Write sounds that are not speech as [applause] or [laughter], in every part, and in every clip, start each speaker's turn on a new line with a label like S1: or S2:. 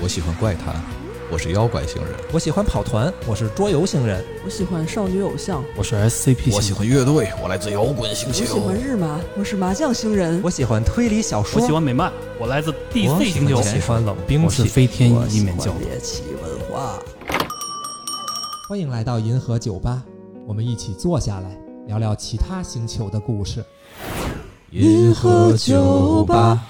S1: 我喜欢怪谈，我是妖怪星人，
S2: 我喜欢跑团，我是桌游星人，
S3: 我喜欢少女偶像，
S4: 我是 SCP，
S1: 我喜欢乐队，我来自摇滚
S3: 我
S1: 星
S3: 喜
S1: 球
S3: 欢。日麻，我是麻将星人，
S2: 我喜欢推理小
S5: 我
S2: 说，
S5: 喜欢美漫，我来自
S2: 我
S5: DC 星球
S2: 我。喜欢冷兵
S4: 我是
S2: 器。
S4: 飞天
S3: 我
S4: 一
S3: 喜
S4: 面教
S3: 欢。猎奇文化。
S2: 欢迎来到银河酒吧，我们一起坐下来聊聊其他星球的故事。
S1: 银
S3: 河酒吧。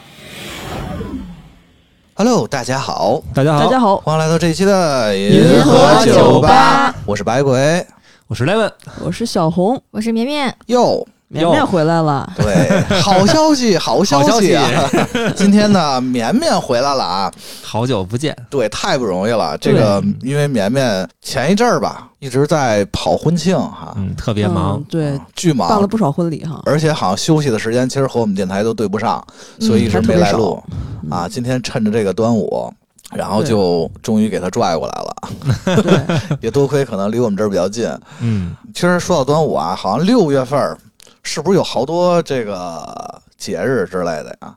S6: Hello，大家好，
S2: 大家
S3: 大家好，
S6: 欢迎来到这一期的
S1: 银河酒
S3: 吧，
S6: 我是白鬼
S2: 我是 Levin，
S3: 我是小红，
S7: 我是绵绵，
S6: 哟。
S3: 绵绵回来了，
S6: [laughs] 对，好消息，好消息啊！ [laughs] 今天呢，绵绵回来了啊，
S2: 好久不见，
S6: 对，太不容易了。这个因为绵绵前一阵儿吧，一直在跑婚庆哈，
S4: 嗯，特别忙
S3: 嗯，，对，
S6: 巨
S3: 办了
S6: 忙，
S3: 不少婚礼哈，
S6: 而且好像休息的时间其实和我们电台都对不上，所以一直
S3: 嗯
S6: 没来录、
S3: 嗯
S6: 啊。今天趁着这个端午。然后就终于给他拽过来 [laughs] 了，
S3: 对，
S6: 也多亏可能离我们这儿比较近，
S4: 嗯，
S6: 其实说到端午啊，好像六月份儿是不是有好多这个节日之类的呀？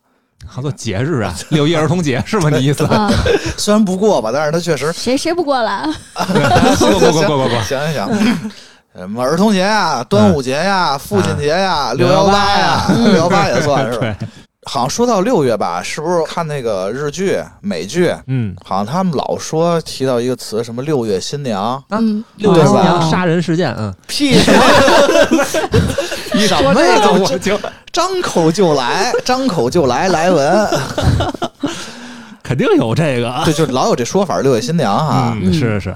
S2: 好多节日啊， [laughs] 六一儿童节是吗？你意思？
S7: 啊，
S6: 虽然不过吧，但是它确实
S7: 谁谁不过了？
S2: [laughs] 不不不不不
S6: [laughs]
S2: 不，
S6: 想一想，什么呃儿童节呀、端午节呀、父亲节
S2: 嗯
S6: 呀、六幺八呀、六幺八也算是吧。 [laughs] 好像说到六月吧，是不是看那个日剧、美剧？
S4: 嗯，
S6: 好像他们老说提到一个词，什么六月新娘，
S7: 嗯，
S2: 六
S6: 对
S2: 月
S6: 吧
S2: 新娘杀人事件啊，
S6: 屁什 [laughs]
S2: 什
S6: 么呀？
S2: 我
S6: 都就张口就来，张口就来来 [laughs] 文，
S5: 肯定有这个。
S6: 对，就老有这说法，六月新娘哈。
S4: 嗯，是
S5: [laughs]
S4: 是，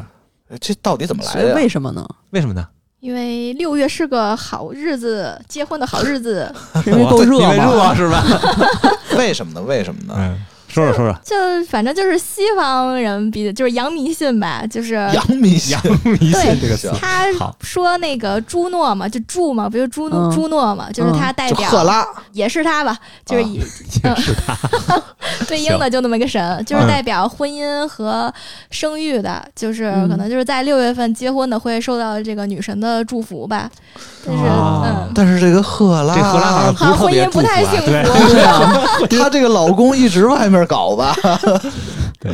S6: 这到底怎么来
S3: 所以
S6: 的呀？
S3: 为什么呢？
S2: 为什么呢？
S7: 因为六月是个好日子，结婚的好日子。 [laughs]
S3: 是因为够热
S2: 哦因为
S3: 嘛，
S2: 热是吧？
S6: [laughs] 为什么呢？为什么呢？
S4: 嗯，说说说说，
S7: 就反正就是西方人比就是洋迷信吧，就是
S2: 呃
S6: 阳迷信，
S4: 迷
S7: 对
S4: 这个词，
S7: 他
S4: 好
S7: 说那个朱诺嘛，就祝嘛，不就朱
S3: 嗯
S7: 诺朱诺嘛，就是他代
S6: 就
S7: 表
S6: 赫拉，
S7: 也是他吧，就是以
S4: 啊
S7: 嗯
S4: 也是他，
S7: [laughs] 对应的就那么一个神，就是
S4: 嗯
S7: 代表婚姻和生育的，就是
S3: 嗯
S7: 可能就是在六月份结婚的会受到这个女神的祝福吧，但是
S4: 哦
S7: 嗯。
S6: 但是这个赫拉，
S2: 这
S4: 啊
S2: 荷兰好像
S7: 好像
S2: 啊不
S7: 啊婚
S2: 是特
S7: 姻
S2: 别祝
S7: 不
S2: 福
S7: 太幸
S2: 啊，
S7: 福，
S2: 对，
S3: 对啊，
S6: 她这个老公一直外面搞吧。
S4: 对，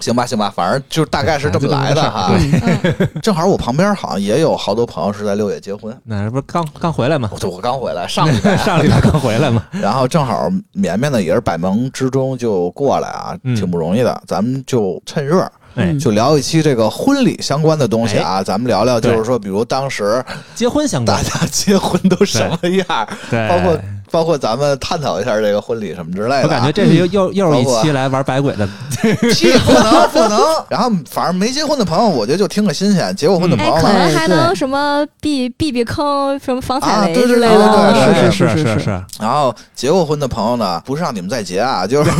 S6: 行吧，行吧，反正就大概是这么来的哈。
S7: 嗯
S6: 正好我旁边好像也有好多朋友是在六月结婚，
S2: 那不是刚刚回来吗？
S6: 我我刚回来上礼
S2: [laughs]
S6: 拜，
S2: 上礼拜刚回来嘛，
S6: 然后正好绵绵呢也是百忙之中就过来啊，
S4: 嗯
S6: 挺不容易的，咱们就趁热儿
S4: 哎
S3: 嗯
S6: 就聊一期这个婚礼相关的东西啊，咱们聊聊就是
S4: 对
S6: 说，比如当时
S2: 结婚相
S6: 大
S2: 关，
S6: 家结婚都什么样儿，
S2: 哎
S4: 对，
S6: 包括包括咱们探讨一下这个婚礼什么之类的啊。
S2: 我感
S6: [laughs]
S2: 觉这是又又又是一
S6: 包括
S2: 期来玩百鬼
S6: [laughs]
S2: 的，
S6: 屁不能不能。然后反正没结婚的朋友，我觉得就听个新鲜；结过婚的朋
S7: 哎，
S6: 友
S7: 可
S6: 呢，
S7: 能还
S3: 对
S7: 能什么避避避坑，什么防
S6: 啊
S7: 踩雷
S6: 对
S7: 之类
S6: 对对
S7: 的。
S2: 啊
S6: 对
S3: 是是
S4: 是是
S3: 是
S4: 是
S3: 是，
S4: 是，
S6: 然后结过婚的朋友呢，不是让你们再结啊， [laughs] 就是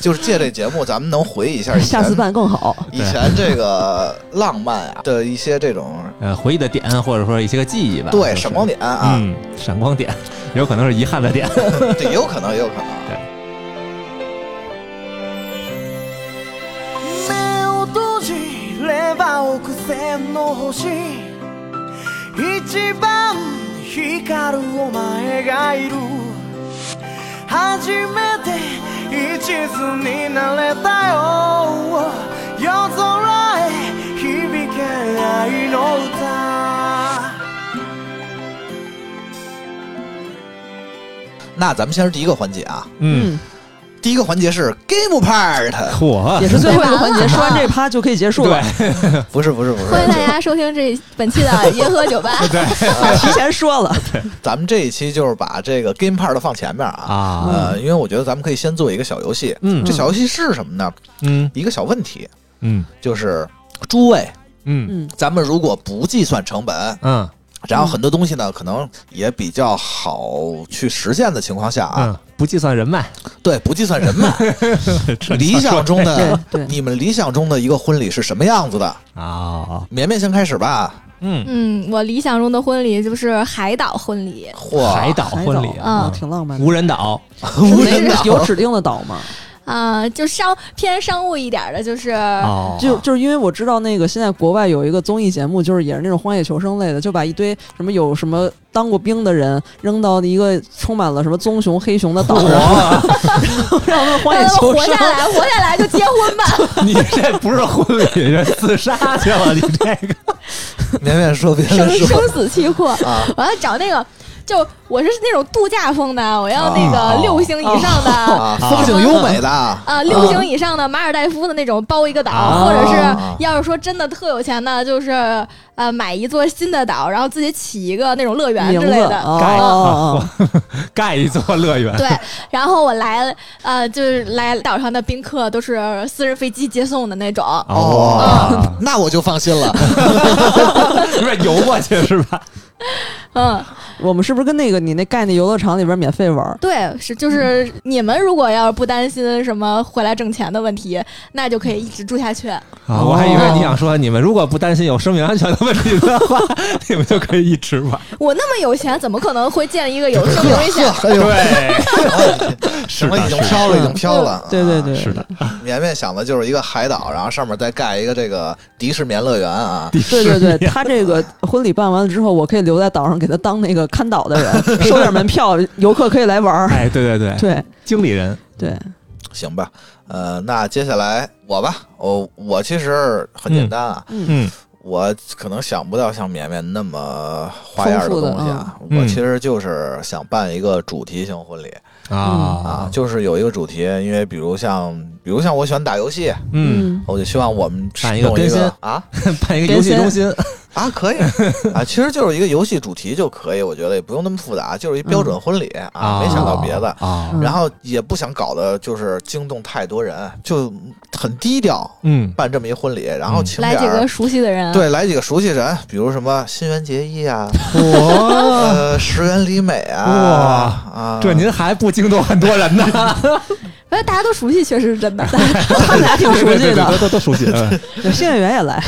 S6: 就是借这节目，咱们能回忆一下以
S3: [laughs] 下次
S6: 前
S3: 办更好，
S6: 以前这个浪漫啊的一些这种
S2: 呃，回忆的点或者说一些个记忆吧，
S6: 对
S2: 就是
S6: 闪光点啊，
S4: 嗯，
S2: 闪光点，有可能是遗憾的
S6: [laughs]
S2: 点。
S6: 对，也有可能，也有可能。
S8: 目を閉じれば億千の星一番光るお前がいる初めて一途になれたよ夜空へ響け愛の歌
S6: 那咱们先是第一个环节啊，
S3: 嗯，
S6: 第一个环节是 game
S2: [laughs]
S6: part，
S2: 嚯，
S3: 也是最后一个环
S7: [laughs]
S3: 节，说完这趴就可以结束了，
S6: 不是不是不是，
S7: 欢迎大家收听这本期
S6: [laughs]
S7: 的银河酒吧。
S3: 提前说了，
S6: 咱们这一期就是把这个 game part 放前面啊。
S2: 啊，
S6: 呃，因为我觉得咱们可以先做一个小游戏，
S4: 嗯
S6: 这小游戏是什么呢？
S4: 嗯
S6: 一个小问题，
S4: 嗯
S6: 就是诸位，
S4: 嗯
S3: 嗯，
S6: 咱们如果不计算成本，
S4: 嗯
S6: 然后很多东西呢，可能也比较好去实现的情况下啊，
S4: 嗯，不计算人脉，
S6: 对，不计算人 [laughs] 脉，理想中的
S3: 对对
S6: 你们理想中的一个婚礼是什么样子的？
S4: 啊，
S6: 绵绵先开始吧，
S4: 嗯，
S7: 嗯，我理想中的婚礼就是海岛婚礼，
S6: 嚯，
S4: 海岛
S3: 海
S4: 婚礼
S3: 岛嗯
S7: 啊
S3: 挺浪漫的，
S2: 无人岛，
S6: 无人岛，
S3: 有指定的岛吗？
S7: 啊、就商偏商务一点的，就是、
S4: 哦，
S3: 啊就就是因为我知道那个现在国外有一个综艺节目，就是也是那种荒野求生类的，就把一堆什么有什么当过兵的人扔到一个充满了什么棕熊、黑熊的岛上， [laughs] 然后让他们荒野
S7: 让他们
S3: 求
S7: 呃活
S3: 生。
S7: 下来，活下来就结婚
S6: [laughs]
S7: 吧。
S2: 你这不是婚礼，这自杀去了，你这个。
S6: 绵绵说别
S7: 生
S6: 的说
S7: 生死契阔。
S6: 啊，
S7: 我要找那个，就我是那种度假风的，我要那
S6: 哦
S7: 个六星以上的。
S6: 啊，风景优美的啊，
S7: 啊，六星以上的马尔代夫的那种包一个岛，或者是要是说真的特有钱的，就是呃买一座新的岛，然后自己起一个那种乐园
S3: 名
S7: 之类
S3: 字
S7: 的。
S3: 哦
S2: 改
S3: 哦
S2: 盖一座乐园，
S7: 对，然后我来了，呃，就是来岛上的宾客都是私人飞机接送的那种，
S2: 啊
S6: 哦，那我就放心了。
S2: 有点游过去是吧？
S6: [laughs]
S7: 嗯，
S3: 我们是不是跟那个你那盖那游乐场里边免费玩儿？
S7: 对，是就是你们如果要是不担心什么回来挣钱的问题，那就可以一直住下去。
S2: 啊，
S6: 哦
S2: 我还以为你想说，你们如果不担心有生命安全的问题的话， [laughs] 你们就可以一直玩。
S7: 我那么有钱，怎么可能会建一个有生命危险
S6: 呵，？哎呦，
S2: 对，
S6: 什么已经飘了，已经飘了。
S3: 嗯
S6: 啊
S3: 对对对，
S2: 是的，
S6: 绵绵想的就是一个海岛，然后上面再盖一个这个迪士尼乐园啊。
S3: 对对对，他这个婚礼办完了之后，我可以留在岛上给他当那个看岛的人，收点门票，游客可以来玩儿。
S2: [laughs] 哎，对对对，
S3: 对
S2: 经理 [laughs] 人
S3: 对，
S6: 行吧，呃，那接下来我吧，我我其实很简单啊，
S2: 嗯嗯
S6: 我可能想不到像绵绵那么花样东西啊，
S2: 嗯
S6: 我其实就是想办一个主题型婚礼、啊，就是有一个主题，因为比如像比如像我喜欢打游戏，
S2: 嗯，
S3: 嗯，
S6: 我就希望我们
S2: 办一个
S6: 弄
S2: 更新
S6: 啊
S2: 办一个游戏中心，
S6: [laughs] 啊可以啊，其实就是一个游戏主题就可以，我觉得也不用那么复杂，就是一标准婚礼、啊，没想到别的。
S2: 啊，
S3: 嗯
S6: 然后也不想搞的，就是惊动太多人，就很低调，
S2: [laughs] 嗯
S6: 办这么一婚礼，然后请
S7: 来
S6: 点
S7: 几个
S6: 儿
S7: 熟悉的人，
S6: 对，来几个熟悉人，比如什么新垣结
S3: [laughs]
S6: 衣啊，
S3: 哦
S6: 呃，石原里美啊，
S2: 哇
S6: 啊，
S2: [laughs] 这您还不惊动很多人呢？ [laughs]
S7: 哎，大家都熟悉，确实是真的。
S3: 他们俩挺熟悉的，
S2: 都都都熟悉， [laughs] 嗯
S3: 有新演员也来，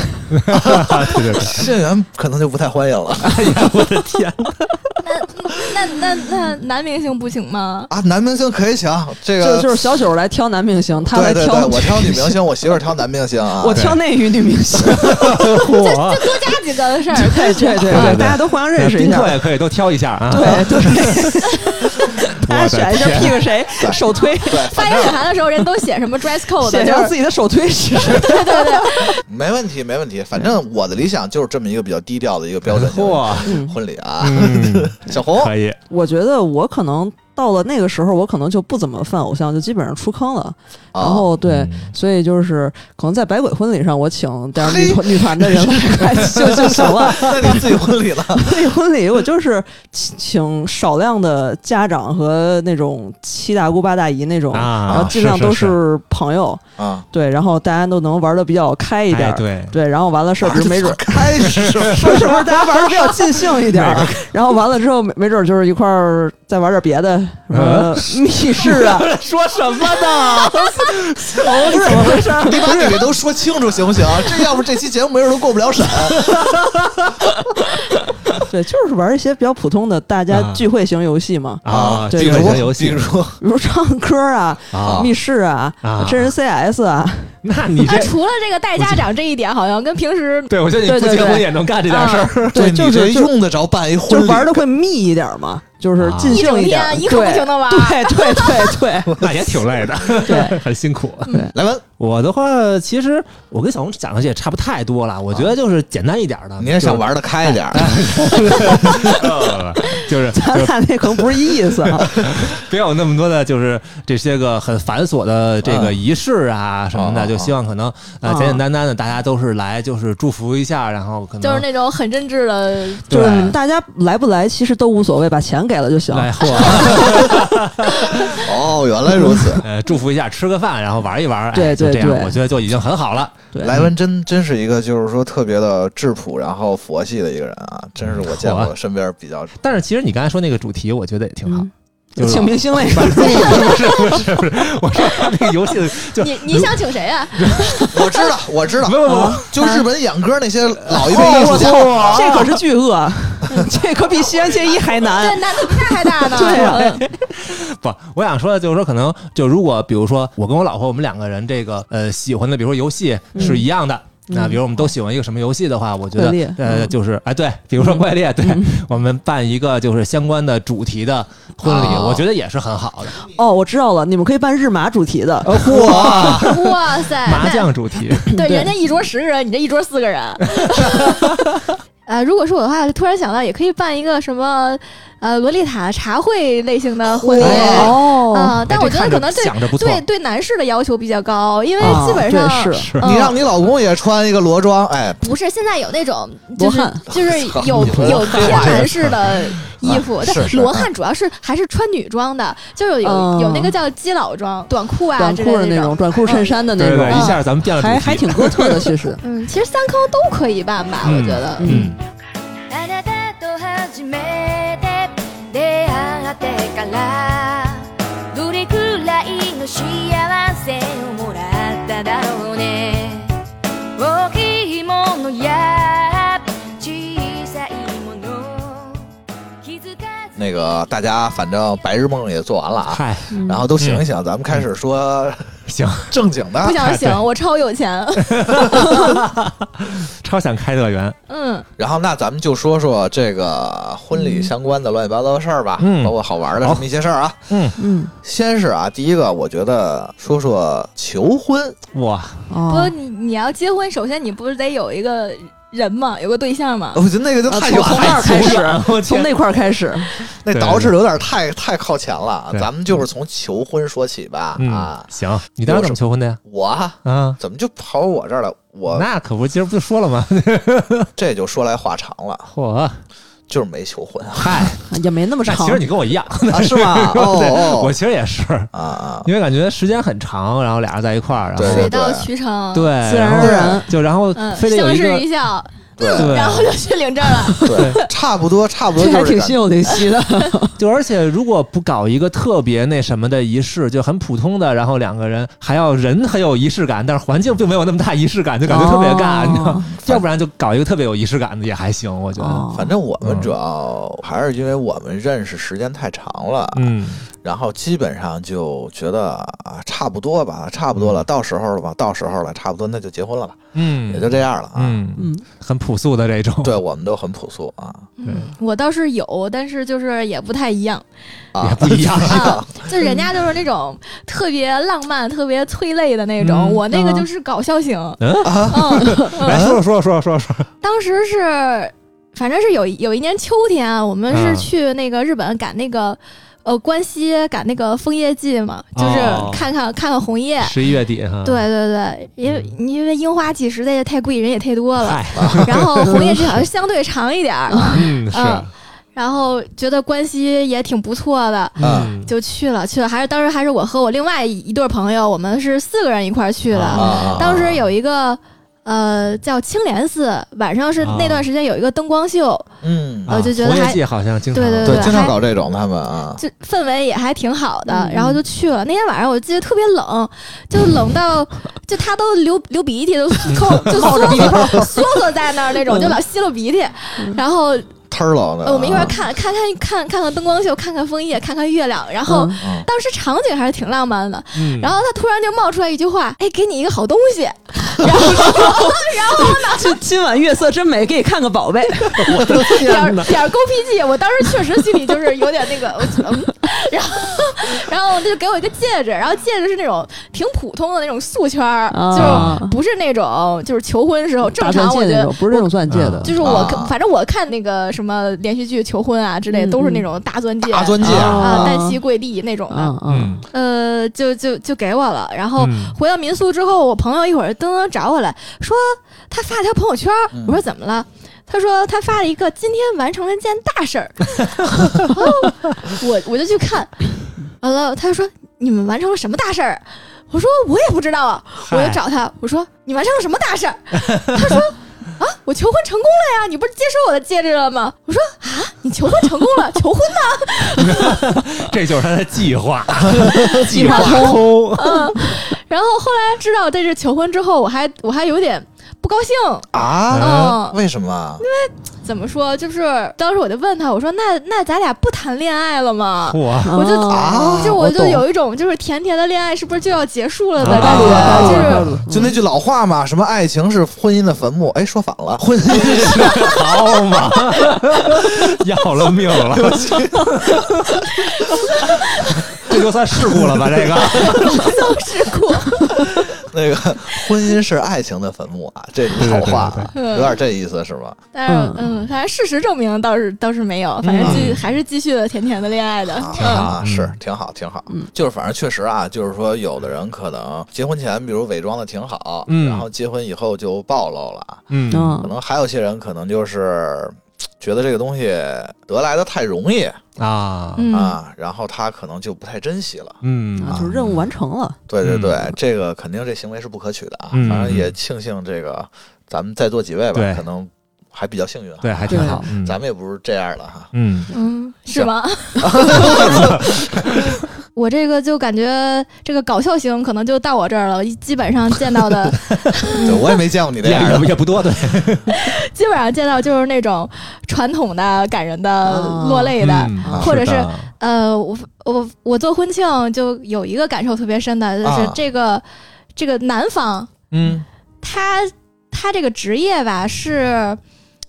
S2: 对对对，
S6: 信源可能就不太欢迎了 [laughs]
S7: 那那那男明星不行吗？
S6: 啊。男明星可以请这
S3: 就
S6: 个，
S3: 就是小九来挑男明星，他来
S6: 对对
S3: 挑
S6: 对，我挑女明星，我媳妇儿挑男明星啊。
S3: 我挑内娱女明
S6: [laughs]
S3: 星，
S2: 嚯，
S7: 多加几个的事
S3: [laughs]
S7: 儿。
S3: 对对对
S2: 对
S3: 大家都互相认识一
S2: 宾
S3: 下
S2: 客，也可以都挑一下啊。
S3: 对对， [laughs] 大家选一下 pick 谁
S6: 对
S3: 首推，
S6: 对，
S7: 发
S6: 反
S7: 言
S6: 正
S7: 语函的时候，人都写什么 dress code，
S3: 写
S7: 就
S3: 上
S7: 是
S3: 自己的首推是
S7: 对对对，
S6: 没问题，没问题。反正我的理想就是这么一个比较低调的一
S2: [laughs]
S6: 个标准性
S2: 嚯，
S6: 婚礼啊。
S2: 嗯，
S6: [laughs] 小红，
S2: [laughs] 可以，
S3: [laughs] 我觉得我可能到了那个时候，我可能就不怎么犯偶像，就基本上出坑了。然
S6: 啊
S3: 后对，所以就是可能在百鬼婚礼上，我请点儿女团
S6: [laughs]
S3: 女团的人来 [laughs] 就就行了。
S6: 那你自己婚礼了？
S2: [laughs]
S3: 所以婚礼我就是请请少量的家长和那种七大姑八大姨那种，
S2: 啊
S3: 然后尽量
S2: 是是
S3: 都是朋友，
S6: 啊，
S3: 对，然后大家都能玩的比较开一点
S2: 哎
S3: 儿。
S2: 对，啊
S3: 对，然后完了事儿，就是
S2: [laughs]
S3: 没准
S6: 开始
S3: 是不是大家玩的比较尽兴一点儿？然后完了之后，没没准儿就是一块儿再玩点别的，呃， [laughs] 密室
S2: [laughs]
S3: 啊，
S2: 说什么呢？哦
S3: 不是怎么回事儿？
S6: 你把你这都说清楚行不行？ [laughs] 这要不这期节目没准都过不了审。
S3: [laughs] 对，就是玩一些比较普通的大家
S2: 啊
S3: 聚会型游戏嘛，
S2: 啊，
S3: 对
S2: 竞
S3: 比如
S2: 争游戏，
S3: 比如唱歌啊、
S2: 啊，
S3: 密室啊、
S2: 啊
S3: 真人 CS 啊，
S2: [laughs] 那你
S7: 啊，
S2: 这，
S7: 除了这个带家长这一点，好像跟平时
S2: 对我觉得你不
S3: 对对
S2: 结
S3: 对
S2: 婚也能干这件事儿，
S3: 啊对，就
S6: 你这
S3: 是就
S6: 用得着办一
S3: 就
S6: 婚礼，
S3: 玩的会密一点儿嘛，就是
S2: 啊
S3: 尽
S7: 一
S3: 兴
S7: 整
S3: 点儿，
S7: 天一刻不停
S3: 对。
S7: 的玩。
S3: 对对对对，
S2: [laughs] [laughs] 那也挺累的，
S3: [laughs] 对，
S2: [laughs] 很辛苦。
S6: 来文，
S2: 我的话，其实我跟小红讲的也差不太多了，我觉得就是简单一点的。
S6: 你也想玩的开一点儿，
S2: 啊 [laughs] 就是，就是
S3: 咱俩那可能不是一意思啊。
S2: [laughs] 别有那么多的，就是这些个很繁琐的这个仪式啊什么
S6: 啊啊
S2: 的，
S6: 啊
S2: 就希望可能呃
S3: 啊
S2: 简简单单的，大家都是来就是祝福一下，然后可能
S7: 就是那种很真挚的，
S3: 就
S2: 对
S3: 是你们大家来不来其实都无所谓，把钱给了就行。
S2: 来嚯，
S6: [laughs] 哦，原来如
S2: [laughs]
S6: 此。
S2: [laughs] 呃祝福一下，吃个饭，然后玩一玩，哎
S3: 对
S2: 就
S3: 对
S2: 这样
S3: 对
S2: 我觉得就已经很好了。
S3: 对，
S6: 莱文真真是一个，就是说特别的质朴，然后佛系的一个人啊，真是我见
S2: 好
S6: 过
S2: 啊
S6: 身边比较
S2: 但是其实你刚才说那个主题，我觉得也挺好
S3: 嗯。 [laughs]
S2: 就是
S3: 请明星那个，
S2: 不是不是 [laughs] 不是，我说那个游戏就
S7: 你你想请谁啊呀？
S6: 我知道，我知道啊
S2: 不，不不，哦
S6: 就日本演歌那些老一辈艺术家，
S3: 这可是巨鳄，这可比西安结衣还
S7: 这
S3: 难。
S7: 难度比他还大呢。
S3: 对啊
S7: 嗯
S2: 不，我想说的就是说，可能就如果比如说我跟我老婆我们两个人这个呃喜欢的，比如说游戏是一样的。那比如我们都喜欢一个什么游戏的话，我觉
S3: 怪
S2: 得
S3: 猎
S2: 呃，
S3: 嗯
S2: 就是哎，对，比如说怪猎，对我们办一个就是相关的主题的婚礼，
S3: 哦
S2: 我觉得也是很好的。
S3: 哦，我知道了，你们可以办日麻主题的，
S2: 哦
S7: [laughs]
S3: 啊
S2: 嚯，
S7: 哇塞，
S2: 麻
S7: 哎那
S2: 将主题，
S7: 对，
S3: 对
S7: 人家一桌十个人，你这一桌四个人。呃，如果是我的话，突然想到也可以办一个什么呃洛丽塔茶会类型的婚礼啊、
S3: 哦，
S7: 但
S2: 哎
S7: 我
S2: 这
S7: 觉得
S2: 看
S7: 可
S2: 着
S7: 能对
S2: 想着不错，
S7: 对对男士的要求比较高，因为
S3: 啊
S7: 基本上、
S3: 对是
S6: [laughs]
S7: 嗯
S6: 你让你老公也穿一个罗装，哎，
S7: 不是现在有那种就是
S3: 罗汉
S7: 就是有有偏男士的衣服，
S6: 是
S7: 但
S6: 是
S7: 罗汉主要是还是穿女装的，就是有
S3: 嗯
S7: 有那个叫基佬装、短裤啊
S3: 短
S7: 之
S3: 裤的
S7: 类的
S3: 那
S7: 种。
S3: 种，。短裤衬衫的那
S2: 对对，
S3: 种，啊
S2: 一下咱们变了主
S3: 哦还
S2: 题，
S3: 还挺哥特的，
S2: [laughs]
S3: 其实
S7: 嗯，其实三坑都可以办吧，我觉得。
S2: 嗯，
S8: あなたと初めて出会ってからどれくらいの幸せをもらっただろうね大きいものや小さいもの気づかず
S6: 那个大家反正白日梦也做完了啊，
S2: 嗨，
S3: 嗯
S2: 嗯
S6: 然后都醒一醒，咱们开始说
S2: 行，
S6: [laughs] 正经的啊
S7: 不。想
S2: 啊
S7: 醒，我超有钱。
S2: 超想开乐园，
S7: 嗯，
S6: 然后那咱们就说说这个婚礼相关的乱七八糟的事儿吧，
S2: 嗯哦
S6: 包括好玩的
S2: 好
S6: 这么一些事儿啊。
S3: 嗯，
S6: 先是啊，第一个我觉得说说求婚，
S2: 哇，
S7: [laughs] 不，
S3: 哦，
S7: 你你要结婚，首先你不是得有一个人嘛，有个对象嘛
S2: 哦
S6: 我。觉得那个哦就
S3: 啊从
S6: 太远
S3: 从那
S6: 了，
S3: 儿开
S2: 久远我 [laughs] 天
S3: 始，从那块儿开始，啊
S6: 那
S2: 对
S6: 捯饬的有点太太靠前了啊。
S2: 对
S6: 咱们就是从求婚说起吧
S2: 嗯
S6: 啊，，
S2: 行，你当时怎么求婚的呀？
S6: 我啊
S2: 啊，
S6: 怎么就跑我这儿了？
S2: [laughs]
S6: 我
S2: 那可不是，今儿不就说了吗？ [laughs]
S6: 这就说来话长了，
S2: 嚯，
S6: 就是没求婚啊，
S2: 嗨，
S3: 也没那么
S2: 那
S3: 长
S2: 其实。你跟我一样，[laughs]
S6: 啊是吗？哦
S2: 我
S6: 哦
S2: 其实也是，
S6: 啊啊，
S2: 因为感觉时间很长，然后俩人在一块儿，然
S6: 对
S7: 水
S2: 后
S7: 到渠成，
S2: 对，
S3: 自然
S2: 后
S3: 而然，
S2: 就然后
S7: 嗯，
S2: 非得有
S7: 相
S2: 一
S7: 视
S2: 个
S7: 一笑，
S6: 对
S7: 然后就去领证了。
S6: 对，差不多差不多
S3: 这还
S6: 就是
S3: 挺
S6: 感
S3: 心有灵犀的，
S2: 就而且如果不搞一个特别那什么的仪式，就很普通的，然后两个人还要人很有仪式感，但是环境并没有那么大仪式感，就感觉特别尬，
S3: 哦
S2: 你知道吗？要不然就搞一个特别有仪式感的也还行，我觉得。
S3: 哦
S6: 反正我们主要还是因为我们认识时间太长了，
S2: 嗯，
S6: 然后基本上就觉得啊，差不多吧，差不多了，到时候了吧，到时候了，差不多那就结婚了吧，
S2: 嗯，
S6: 也就这样了啊。
S2: 嗯
S3: 嗯，
S2: 很朴素的这种。
S6: 对我们都很朴素啊，
S7: 嗯，我倒是有，但是就是也不太一样。
S6: 啊
S2: 也不一
S7: [laughs]
S2: 样
S7: 啊，就是人家就是那种特别浪漫、特别催泪的那种，
S2: 嗯啊
S7: 我那个就是搞笑型。嗯
S2: 来说说说说说说，
S7: 当时是，反正是有有一年秋天啊，我们
S2: 啊
S7: 是去那个日本赶那个。呃，关西赶那个枫叶季嘛，就是
S2: 哦嗯
S7: 看看、看看红叶，
S2: 十一月底哈。
S7: 对对对，因为因为樱花季实在是太贵，人也太多了。
S2: 嗯嗨，
S7: [laughs] 然后红叶季好像相对长一点儿，
S2: 嗯是，
S7: 嗯然后觉得关系也挺不错的，
S6: 啊
S2: 嗯
S7: 就去了去了。还是当时还是我和我另外一对朋友，我们是四个人一块儿去的。
S2: 啊
S6: 啊，
S7: 当时有一个。呃，叫青莲寺，晚上是
S2: 啊
S7: 那段时间有一个灯光秀，
S6: 嗯，
S7: 我呃就觉得
S2: 红
S7: 还
S2: 叶季好像经常
S7: 对对
S6: 对，经常
S7: 还
S6: 搞这种他们啊，
S7: 就氛围也还挺好的，
S3: 嗯
S7: 然后就去了。那天晚上我记得特别冷，就冷到就他都流流鼻涕，都 [laughs] 抠就缩缩缩缩在那儿那种，就老吸溜鼻涕。然后
S6: 忒儿冷的啊。
S7: 呃我们一块儿看看看看看看灯光秀，看看枫叶，看看月亮。然后
S6: 嗯
S7: 当时场景还是挺浪漫的。
S2: 嗯
S7: 然后他突然就冒出来一句话：“哎，给你一个好东西。 [laughs]
S3: [laughs] 今今晚月色真美，给你看个 [laughs] 宝贝。”
S7: 点儿点儿狗脾气，我当时确实心里就是有点那个，我觉得嗯然后然后他就给我一个戒指，然后戒指是那种挺普通的那种素圈儿，
S3: 啊
S7: 就是不是那种就是求婚时候正
S3: 大钻
S7: 常，我
S3: 戒
S7: 觉
S3: 那
S7: 得
S3: 种，。不是那种钻戒的，
S7: 就是我看，
S6: 啊
S7: 反正我看那个什么连续剧求婚啊之类的，
S3: 嗯
S7: 都是那种大钻戒、
S6: 大钻戒啊，
S7: 啊、单膝跪地那种的。
S3: 啊啊，
S2: 嗯
S7: 呃，就就就给我了。然后
S2: 嗯
S7: 回到民宿之后，我朋友一会儿噔噔找我来说，他发了条朋友圈儿
S6: 嗯，
S7: 我说怎么了？他说他发了一个今天完成了件大事儿， [laughs] 我我就去看，完了他说你们完成了什么大事儿？我说我也不知道啊，我就找他，我说你完成了什么大事儿？他说啊，我求婚成功了呀！你不是接收我的戒指了吗？我说啊，你求婚成功了，求婚呢？
S2: 这就是他的计划，
S3: 计划通
S7: 然后后来知道这是求婚之后，我还我还有点不高兴。
S6: 啊？为什么？
S7: 怎么说？就是当时我就问他，我说那那咱俩不谈恋爱了吗？
S2: 嚯，
S7: 我就
S6: 啊
S7: 就
S6: 我
S7: 我就
S6: 懂
S7: 有一种就是甜甜的恋爱是不是就要结束了的
S2: 啊
S7: 感
S6: 啊
S7: 觉，就
S6: 啊
S7: 是
S6: 就那句老话嘛，什么爱情是婚姻的坟墓？哎，说反了，婚姻
S2: 好嘛，要了命了，这就算事故了吧？这个。
S7: 事故。
S6: [laughs] 那个婚姻是爱情的坟墓啊，这是好话啊，
S7: 对对对
S6: 有点这意思是吧？
S7: 但是嗯，反正事实证明倒是倒是没有，反正继还是继续了甜甜的恋爱的。
S6: 挺好啊，
S2: 嗯
S6: 是挺好，挺好。就是反正确实啊，就是说有的人可能结婚前，比如伪装的挺好，
S2: 嗯
S6: 然后结婚以后就暴露了。啊
S2: 嗯
S6: 可
S3: 嗯
S6: 能还有些人可能就是觉得这个东西得来的太容易
S2: 啊，
S7: 嗯，
S6: 啊，然后他可能就不太珍惜了。
S2: 嗯
S3: 啊，就是任务完 [laughs] 成了，
S6: 对对对，
S2: 嗯
S6: 这个肯定这行为是不可取的啊。
S2: 嗯
S6: 反正也庆幸这个咱们再做几位吧，
S2: 对
S6: 可能还比较幸运啊。
S2: 对，还挺好，嗯
S6: 咱们也不是这样的哈。
S2: 嗯
S7: 嗯，
S6: [laughs]
S7: 是吗？ [laughs] 我这个就感觉这个搞笑型可能就到我这儿了，基本上见到的，
S6: 对，我也没见过你这
S2: 也 [laughs]
S6: 样的
S2: 也。也不多，对，
S7: 基本上见到就是那种传统的、感人的、
S3: 啊
S7: 落泪的。
S2: 嗯
S7: 或者是
S2: 的
S7: 呃，我我我做婚庆就有一个感受特别深的，就是
S6: 啊
S7: 这个、这个男方
S2: 嗯
S7: 他他这个职业吧是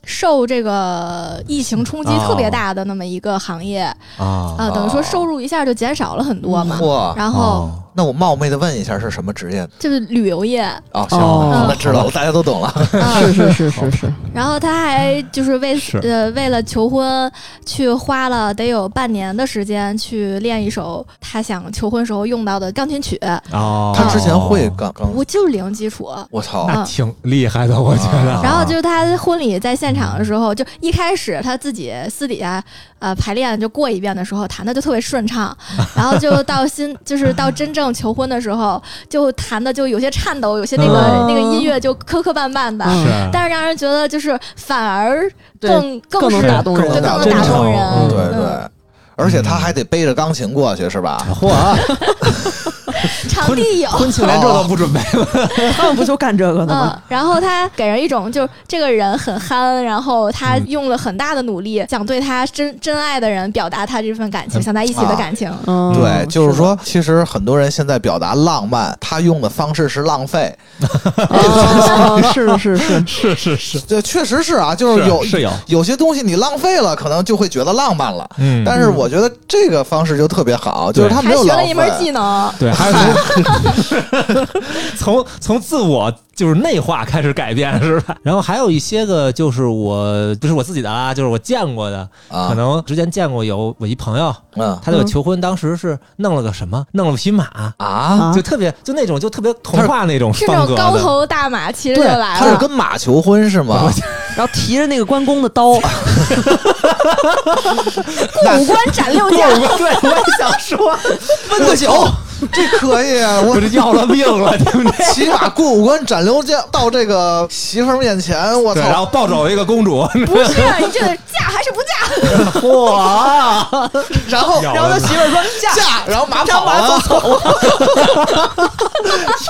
S7: 受这个疫情冲击
S2: 哦
S7: 特别大的那么一个行业啊、 [laughs]
S2: 啊，
S7: 等于说收入一下就减少了很多嘛。
S6: 哇，
S7: 然后
S2: 哦，
S6: 那我冒昧的问一下，是什么职业呢？
S7: 就是旅游业，
S6: 哦，行，
S3: 哦
S6: 那知道了，大家都懂了。
S3: 是是是是是，
S7: 然后他还就是为
S2: 是
S7: 呃为了求婚，去花了得有半年的时间去练一首他想求婚时候用到的钢琴曲，
S2: 哦，
S6: 他之前会刚刚，
S7: 我就是零基础。
S6: 我操，
S2: 那挺厉害的，
S4: 啊
S2: 我觉得。
S7: 然后就是他婚礼在现场的时候，就一开始他自己私底下呃排练就过一遍的时候弹的就特别顺畅，然后就到新就是到真正求婚的时候，就弹的就有些颤抖，有些那个、
S3: 嗯
S7: 那个音乐就磕磕绊绊的，
S3: 嗯
S2: 是，
S7: 但是让人觉得就是反而
S3: 对
S7: 更
S3: 更能
S7: 是
S3: 打动
S6: 更
S3: 人，
S7: 就
S6: 能
S7: 更能
S6: 真
S7: 打动
S2: 诚
S7: 人，
S2: 嗯
S6: 对
S7: 嗯，
S6: 对，而且他还得背着钢琴过去，是吧？
S2: 嚯啊，
S7: 场地有。
S2: 婚庆连这都不准备，
S3: 他们不就干这个的
S7: 嗯
S3: 吗？，
S7: 然后他给人一种就是这个人很憨，然后他
S6: 嗯
S7: 用了很大的努力，想对他真真爱的人表达他这份
S6: 嗯
S7: 感情，想在一起的感情。
S6: 啊
S3: 嗯，
S6: 对，就是说，其实很多人现在表达浪漫，他用的方式是浪费，
S3: 哦，是的是是，
S4: 是是是，
S6: 这确实是啊，就是有
S2: 是有，
S6: 有些东西你浪费了，可能就会觉得浪漫了。
S2: 嗯
S6: 但是我觉得这个方式就特别好，就是他没
S7: 还
S6: 有
S7: 学
S6: 浪
S7: 了一门
S6: 费。嗯
S7: 技能，
S2: 对，还是从从从自我就是内化开始改变，是吧？然后还有一些个就是我不是我自己的啦，就是我见过的，
S6: 啊
S2: 可能之前见过有我一朋友，
S6: 嗯
S2: 他这个求婚当时是弄了个什么，弄了匹马，
S6: 啊，
S2: 就特别就那种就特别童话那种
S7: 是那
S2: 风格
S7: 种高
S2: 的。
S7: 头大马骑着
S6: 对
S7: 就，来
S6: 他是
S7: 了。
S6: 跟马求婚是吗？
S3: [laughs] 然后提着那个关公的 [laughs] 刀，
S7: 过五关斩
S6: [laughs]
S7: 六将，
S2: 对，我也想
S3: [laughs]
S2: 说，
S6: 问个酒，这可以啊！我
S2: 我这要了命了，对不对？
S6: 骑马过五关斩六将，到这个媳妇儿面前，我
S2: 对，然
S6: 操！
S2: 后抱走一个公主，
S7: 不是你这嫁还是不嫁？
S6: [laughs]
S2: [laughs] 哇！
S6: 然后
S2: 要
S6: 然
S2: 了
S6: 后他
S2: 命
S6: 媳妇
S3: 呃
S6: 儿说
S2: [laughs]
S6: 嫁，然后马跑啊了。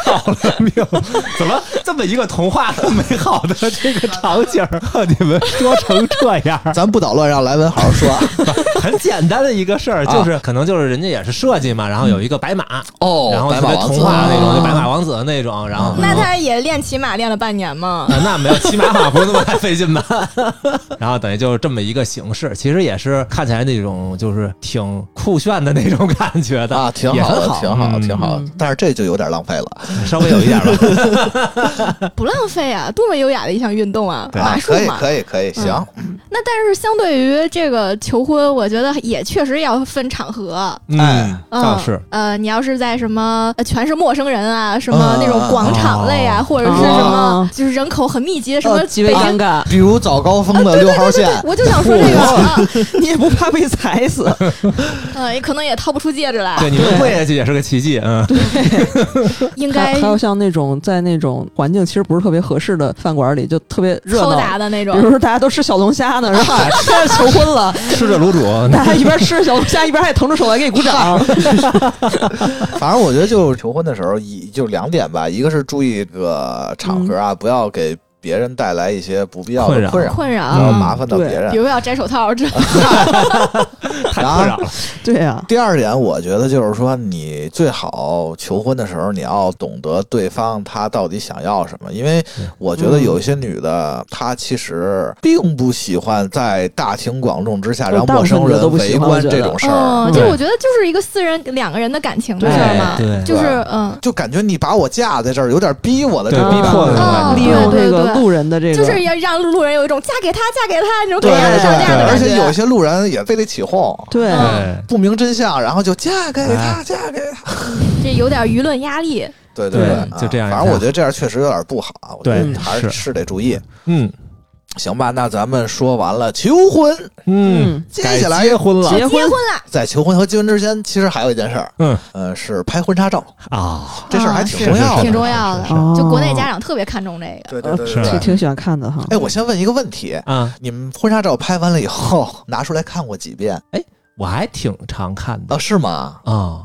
S2: 要了命！ [laughs] 怎么这么一个童话的美好的 [laughs] 这个场景 [laughs] 儿，你们说成这样儿？
S6: 咱不捣乱，让莱文好好
S2: [laughs]
S6: 说。啊
S2: 很简单的一个事儿，就是、可能就是人家也是设计嘛，然后有一个白马，啊
S6: 哦
S2: 然后
S6: 白
S2: 特
S6: 马
S2: 别
S6: 王
S2: 童
S6: 子
S2: 话那种，
S3: 哦
S2: 就白马王子那种，然后可能
S7: 那他也练骑马练了半年嘛。
S2: 啊，那没有骑马好像不是那么太费劲吧？ [laughs] 然后等于就是这么一个形式，其实也是看起来那种就是挺酷炫的那种感觉的
S6: 啊，挺
S2: 也
S6: 好
S2: 很
S6: 的，
S2: 好，
S6: 挺好，
S2: 嗯
S6: 挺好
S3: 嗯。
S6: 但是这就有点浪费了。
S2: 稍微有一点吧。
S6: [laughs]
S7: 不浪费啊，多么优雅的一项运动啊，
S2: 对
S7: 马
S6: 嗯
S7: 术
S6: 可以，
S7: 嘛。
S6: 可以，可以，
S2: 嗯
S6: 行。
S7: 那但是相对于这个求婚，我觉得也确实要分场合。
S6: 哎
S2: 嗯，
S7: 嗯
S2: 倒是。
S7: 呃，你要是在什么呃全是陌生人啊，什么
S6: 嗯
S7: 那种广场类啊，
S2: 哦
S7: 或者是什么
S3: 哦
S7: 就是人口很密集的什么
S3: 呃，极为
S7: 北
S3: 尴
S7: 京，
S3: 尬，
S6: 比如早高
S2: [laughs]
S6: 峰的六号线，
S7: 我就想说这个啊，
S3: 你也不怕被踩死，
S7: 呃，也可能也掏不出戒指来。
S6: 嗯
S2: 对，你们跪下去也是个奇迹，嗯，
S7: 应
S3: 还
S7: 该
S3: 还有像那种在那种环境其实不是特别合适的饭馆里，就特别热
S7: 敲
S3: 闹。
S7: 打的
S3: 比
S7: 那种 [laughs]
S3: 如。说大家都吃小龙虾呢，然后但是求婚了，
S2: 吃着卤煮，呢。
S3: 大家一边吃小龙虾一边还腾出手来给你
S2: [laughs]
S3: 鼓掌。
S6: 反正我觉得就是求婚的时候，一就两点吧，一个是注意这个场合啊，不要给别人带来一些不必要
S2: 嗯困
S6: 的
S2: 扰
S6: 困扰，
S7: 困
S6: 不要
S7: 扰，
S6: 麻烦到别
S7: 比
S6: 人。
S7: 如要摘手套这
S2: 太困扰了，
S3: 对啊呀，
S6: 第二点，我觉得就是说，你最好求婚的时候，你要懂得对方他到底想要什么，因为我觉得有一些女的，她其实并不喜欢在大庭广众之下
S3: 嗯
S6: 让陌生
S3: 大部分女的都
S6: 人
S3: 不喜
S6: 围
S3: 欢我
S6: 观
S3: 觉得
S6: 这种事儿。
S7: 嗯，
S2: 对
S7: 就我觉得就是一个私人两个人的感情的事儿嘛
S2: 对对，
S7: 就是
S6: 对
S7: 嗯，
S6: 就感觉你把我架在这儿，有点逼我的这
S2: 对
S6: 种
S2: 逼迫的那种
S6: 感
S7: 哦
S6: 觉。
S3: 利
S7: 对
S3: 用这
S7: 对
S3: 个
S7: 对
S3: 路人的这个，
S7: 就是要让路人有一种嫁给他，嫁给他那种
S6: 对
S7: 赶鸭
S6: 对
S7: 子上架的
S6: 对，而
S7: 感
S6: 且有
S7: 觉。
S6: 些路人也非得起哄，
S3: 对
S7: 嗯
S2: 对，
S6: 不明真相，然后就嫁给他，嫁给他。
S7: 这有点舆论压力，
S6: 对
S2: 对
S6: 对，啊
S2: 就这样
S6: 反正我觉得这样确实有点不好啊，我觉
S2: 对
S6: 得还
S2: 是
S6: 是是得注意。
S2: 嗯
S6: 行吧，那咱们说完了求婚，
S2: 嗯
S3: 嗯，
S6: 接
S2: 该
S6: 下来
S2: 结婚了
S3: 结
S7: 结
S3: 婚
S7: 婚了
S6: 在求婚和结婚之前，其实还有一件事儿，
S2: 嗯，
S6: 呃，是拍婚纱照，
S2: 啊，
S6: 这事儿还
S7: 啊
S6: 挺
S7: 是
S6: 重要的
S7: 挺重要的
S2: 是。
S3: 哦
S7: 就国内家长特别看重这个，
S3: 对
S6: 对对
S2: 对
S3: 挺挺喜欢看的哈。
S6: 哎，我先问一个问题，
S2: 啊，
S6: 你们婚纱照拍完了以后拿出来看过几遍
S2: 我还挺常看的
S6: 啊？是吗？
S2: 啊。
S6: 哦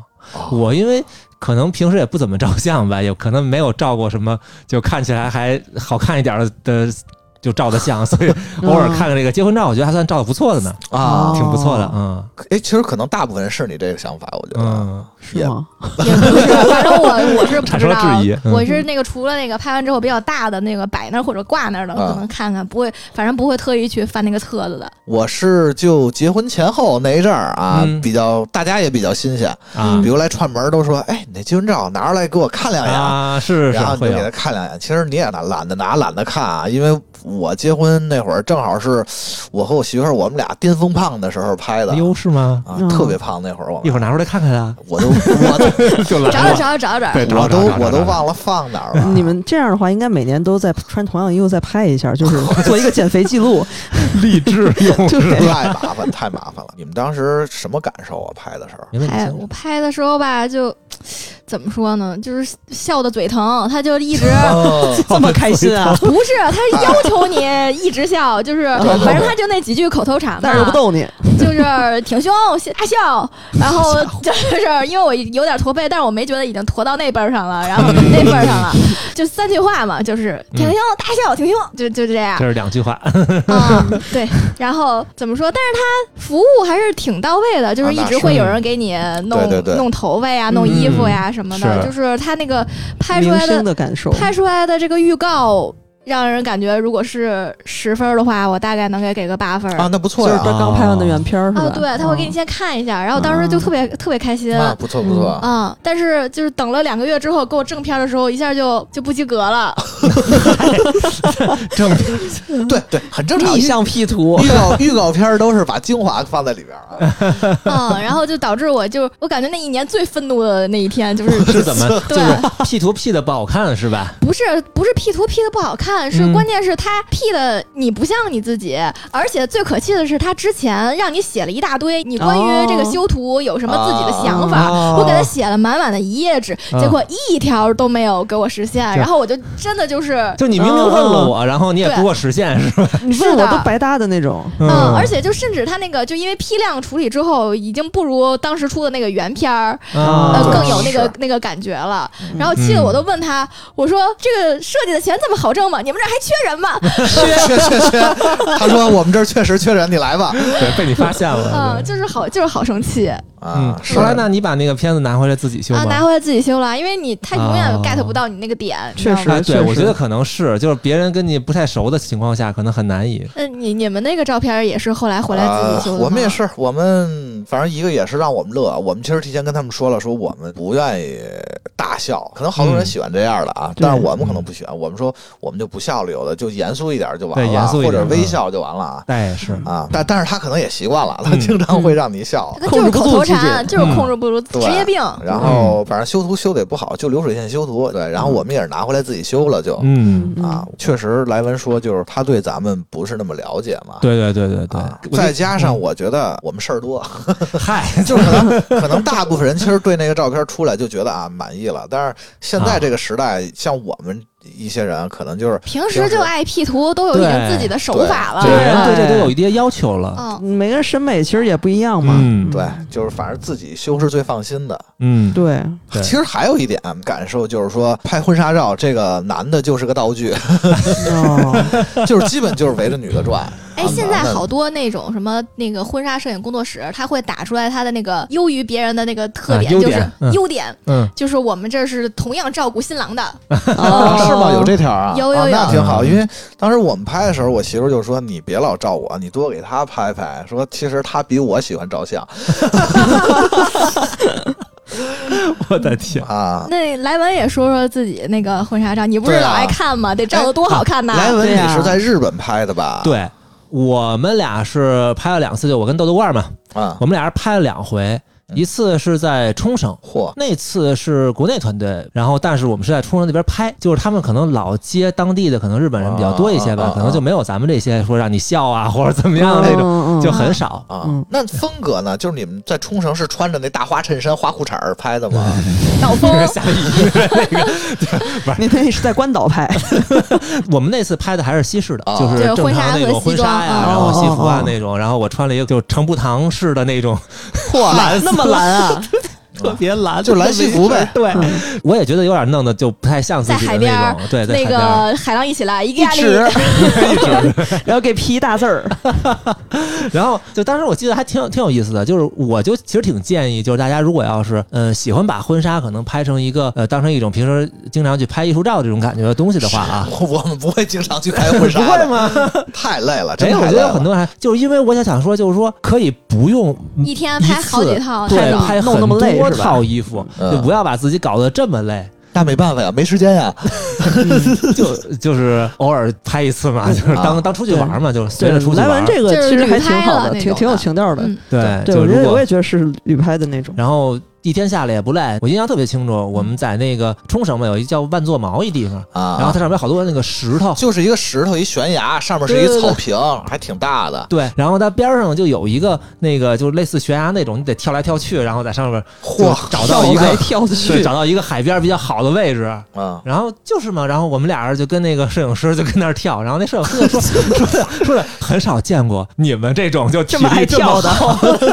S2: 我因为可能平时也不怎么照相吧，也可能没有照过什么就看起来还好看一点儿的就照的相，
S6: [laughs]
S2: 所以偶
S6: 嗯
S2: 尔看看这个结婚照，我觉得还算照的不错的呢，
S3: 哦，
S6: 啊
S2: 挺不错的，嗯
S6: 哎，其实可能大部分人是你这个想法，我觉得。
S2: 嗯，
S3: 是吗？
S7: 也不是，反正我我是不
S2: 产
S7: 知
S2: 生了
S7: 道
S2: 质疑，嗯
S7: 我是那个除了那个拍完之后比较大的那个摆那儿或者挂那儿的，
S6: 啊
S7: 可能看看，不会，反正不会特意去翻那个
S2: [laughs]
S7: 册子的。
S6: 我是就结婚前后那一阵儿啊
S2: 嗯，
S6: 比较大家也比较新鲜，
S2: 啊
S6: 比如来串门儿都说，哎，你那结婚照拿出来给我看两眼。
S2: 啊，是是
S6: 然后你
S2: 会
S6: 就给他
S2: 有，
S6: 看两眼，其实你也懒懒得拿，懒得看啊，因为我结婚那会儿正好是我和我媳妇儿我们俩巅峰胖的时候拍的
S2: 哎呦是吗？
S6: 啊
S3: 嗯，
S6: 特别胖那会儿我
S2: 一
S6: 们，
S2: 会儿拿出来看看啊，
S6: 我都
S2: [laughs]
S6: 我都
S2: 就
S7: 找
S2: 来
S7: 找找找找，
S4: 对，
S6: 我
S4: 找
S6: 都
S4: 找找
S6: 我都
S4: 找
S6: 忘了放哪儿了。
S2: [laughs]
S3: 你们这样的话，应该每年都在穿同样衣服再拍一下，就是
S2: [laughs]
S3: 做一个减肥记录。
S2: 励志
S3: [laughs]
S2: 用
S3: 对，
S6: 太麻烦，太麻烦了。你们当时什么感受啊？拍的时候，
S2: [laughs] 没问
S7: 拍
S2: 题
S7: 哎我。拍的时候吧，就怎么说呢，就是笑的嘴疼，他就
S2: [laughs]
S7: 一直
S2: 哦
S3: 这么开心啊！
S7: 不是他要求你一直笑，
S2: [laughs]
S7: 就是反正他就那几句口头禅嘛，
S3: 但是又不逗你，
S7: 就是挺凶大笑，然后就是因为我有点驼背，但是我没觉得已经驼到那辈儿上了，然后那辈儿上了，就三句话嘛，就是挺凶大笑，挺凶，就就这样
S2: 这是两句话，
S7: 啊、对，然后怎么说？但是他服务还是挺到位的，就是
S6: 啊
S7: 一
S6: 那
S7: 直会有人给你弄、
S6: 对对对
S7: 弄头发呀、弄衣服呀、什么的，
S2: 是
S7: 就是他那个拍出
S3: 明
S7: 来的
S3: 星的感受。
S7: 拍出来的这个预告。让人感觉，如果是十分儿的话，我大概能给给个八分儿
S6: 啊，那不
S3: 就
S6: 错
S3: 是
S6: 呀，
S3: 刚刚拍完的原片
S2: 嗯
S3: 儿是吧？
S7: 啊，对，他会给你先看一下，然后当时就特别特别开心
S6: 啊，不错不错。
S7: 啊，但是就是等了两个月之后给我正片的时候，一下就就不及格
S2: [laughs]
S7: 了，
S2: 正
S3: 嗯
S6: 对对，很正常。
S3: 逆向 P 图
S6: 预告预告片儿都是把精华放在里边儿啊， [laughs]
S7: 嗯，然后就导致我就我感觉那一年最愤怒的那一天就是
S2: [laughs] [laughs] 是怎么就
S7: [laughs] 对
S2: 是 P 图 P 的不好看是吧？
S7: 不是不是 P 图 P 的不好看，是
S2: 嗯
S7: 关键是他 P 的你不像你自己，而且最可气的是他之前让你写了一大堆你关于这个
S3: 哦
S7: 修图有什么自己的想法，
S2: 哦
S7: 我给他写了满满的一页纸，
S2: 嗯
S7: 结果一条都没有给我实现，
S2: 这
S7: 然后我就真的就是。
S2: 就你明明问了我，然后你也不给我实现是吧？
S3: 你
S7: 是
S3: 问我
S7: 的
S3: 都白搭的那种，
S7: 嗯，而且就甚至他那个，就因为批量处理之后，已经不如当时出的那个原片儿，
S2: 啊
S7: 呃，
S6: 对
S7: 更有那个
S6: 是
S7: 那个感觉了。然后气得我都问他，我说这个设计的钱这么好挣吗？你们这儿还缺人吗？
S6: 缺缺缺。他说我们这儿确实缺人，你来吧。
S2: 对被你发现了。
S7: 嗯，
S2: 对
S7: 就是好，就是好生气啊！
S6: 啊，是
S2: 后来呢，你把那个片子拿回来自己修吗？
S7: 拿回来自己修了，因为你他永远
S2: 哦 get
S7: get
S2: 不
S7: 不到你那个点，
S3: 确实
S2: 哎，
S3: 确
S2: 对，
S3: 实
S2: 我觉得可能是，就是别人跟你不太熟的情况下，可能很难以。
S7: 那你你们那个照片也是后来回来自己修的、
S6: 啊我们也，是，我们反正一个也是让我们乐。我们其实提前跟他们说了，说我们不愿意大笑，可能好多人
S2: 嗯
S6: 喜欢这样的啊，
S3: 对
S6: 但是我们可能不喜欢。我们说我们就不笑了，有的就严肃一点就完了，
S2: 对严肃一
S6: 或者
S2: 点
S6: 微
S2: 嗯
S6: 笑就完了啊。
S2: 哎，是，
S6: 啊，但但是他可能也习惯了，他
S2: 嗯
S6: 经常会让你笑。
S7: 那啊就是口头禅，就是控制不住职
S6: 对
S7: 业病。嗯
S6: 然后反正修图修的也不好，就流水线修图。对，然后我们也是拿回来自己修了就，
S2: 嗯，
S6: 啊，确实莱文说就是他对咱们不是那么了解嘛。
S2: 对对对对对
S6: 啊，，
S2: 我
S6: 再
S2: 就
S6: 加上我觉得我们事儿多，
S2: 嗨，
S6: [laughs] 就是可能可能大部分人其实对那个照片出来就觉得啊满意了，但是现在这个时代，像我们一些人可能就是
S7: 平时就爱 P 图，都有一定自己的手法
S2: 每个
S7: 了。
S2: 人对这都有一定要求了。
S7: 嗯，
S3: 每个人审美其实也不一样嘛。
S2: 嗯
S6: 对，就是反正自己修是最放心的。
S2: 嗯，
S3: 对，
S2: 对
S6: 其实还有一点感受就是说，拍婚纱照这个男的就是个道具， [laughs]
S3: 哦，
S6: 就是基本就是围着女的转。
S7: 哎，现在好多那种什么那个婚纱摄影工作室，他会打出来他的那个优于别人的那个特点，
S2: 啊优
S7: 就
S2: 点
S7: 是
S2: 嗯
S7: 优点，
S2: 嗯，
S7: 就是我们这是同样照顾新郎的。
S6: 啊，
S3: 哦
S6: 是吗？有这条啊？
S7: 有有
S6: 啊
S7: 有
S6: 那挺好。因为当时我们拍的时候，我媳妇就说：“你别老照我，你多给他拍拍。”说其实他比我喜欢照相
S2: [laughs] 我的天，
S6: 啊。
S7: 那莱文也说说自己那个婚纱照，你不是
S6: 对啊
S7: 老爱看吗？得照的多好
S2: 啊
S7: 看呐！
S6: 莱文，
S3: 对
S6: 你
S3: 呀
S6: 是在日本拍的吧？
S2: 对我们俩是拍了两次，就我跟豆豆罐儿嘛，
S6: 啊，
S2: 我们俩是拍了两回，
S6: 嗯
S2: 一次是在冲绳。
S6: 嚯，
S2: 那次是国内团队，然后但是我们是在冲绳那边拍，就是他们可能老接当地的可能日本人比较多一些吧，
S6: 啊啊啊
S2: 可能就没有咱们这些说让你笑啊 [laughs] 或者怎么样的那
S7: 嗯
S2: 种，
S3: 种
S2: 就很少。
S6: 啊
S3: 嗯，
S6: 那风格呢？就是你们在冲绳是穿着那大花衬衫、花裤衩儿拍的吗？
S7: 脑风
S2: 下雨，
S3: 你那是在关岛拍，
S2: 我们那次拍的还是西式的，
S6: 啊
S2: 就是正常那种
S7: 就是
S2: 婚
S7: 婚纱和西
S2: 纱呀、
S7: 装啊
S2: 然后西服
S3: 哦
S2: 啊
S3: 哦哦
S2: 那种，然后我穿了一个就程步堂式的那种， [laughs]
S3: 嚯，那么蓝啊！
S2: 特别蓝，
S6: 就是蓝西服呗。
S2: 对，
S3: 嗯
S2: 我也觉得有点弄的就不太像自己
S7: 在
S2: 的
S7: 海边
S2: 那
S7: 儿
S2: 种，对，在海
S7: 那
S2: 边儿。
S7: 个海浪一起来，一个
S3: 一
S7: 压力。
S3: 指，然后给 P 一大字儿，
S2: [laughs] 然后就当时我记得还挺有挺有意思的，就是我就其实挺建议，就是大家如果要是呃喜欢把婚纱可能拍成一个呃当成一种平时经常去拍艺术照这种感觉的东西的话啊。
S6: [laughs] 我我们不会经常去拍婚纱，不会吗？太累了，真
S2: 哎，我
S6: 太
S2: 觉
S6: 累
S2: 得有很
S6: 了。
S2: 多人还就是因为我想想说，就是说可以不用
S7: 一天拍好几套
S2: 一次
S7: 那
S2: 对，
S7: 种
S2: 拍
S3: 弄那么累
S2: 很多
S3: 是吧
S2: 套衣服，
S6: 嗯
S2: 就不要把自己搞得这么
S3: [laughs]
S2: 累，嗯
S6: 那没办法呀，没时间呀。
S2: 就就是偶尔拍一次嘛，
S3: 嗯
S2: 就是
S3: 啊
S2: 当当出去玩嘛，就是随着出去
S3: 莱
S2: 玩
S3: 文。这个其实还挺好
S7: 就是旅拍了那种的
S3: 的，挺挺有情调的。
S7: 嗯，
S2: 对，
S3: 对，
S2: 就
S3: 我觉
S2: 如
S3: 得
S2: 果
S3: 我也觉得是旅拍的
S2: [laughs]
S3: 那种。
S2: 然后一天下来也不累，我印象特别清
S3: 嗯
S2: 楚，我们在那个冲绳嘛，有一叫万座毛一地方，
S6: 啊，
S2: 然后它上面有好多那个石头。
S6: 就是一个石头，一悬崖，上面是一
S2: 对对对
S6: 草坪，还挺大的。
S2: 对，然后它边上就有一个那个，就是类似悬崖那种，你得跳来跳去，然后在上面
S6: 嚯，
S2: 找到一
S3: 跳来
S2: 个
S3: 跳
S2: 对，
S3: 去，
S2: 找到一个海边比较好的位置，
S6: 啊，
S2: 然后就是嘛，然后我们俩人就跟那个摄影师就跟那儿跳，然后那摄影师就
S3: [laughs]
S2: 说说的说的很少见过你们这种就体
S3: 这么爱
S2: 力
S3: 跳
S2: 的，[laughs]
S3: 的，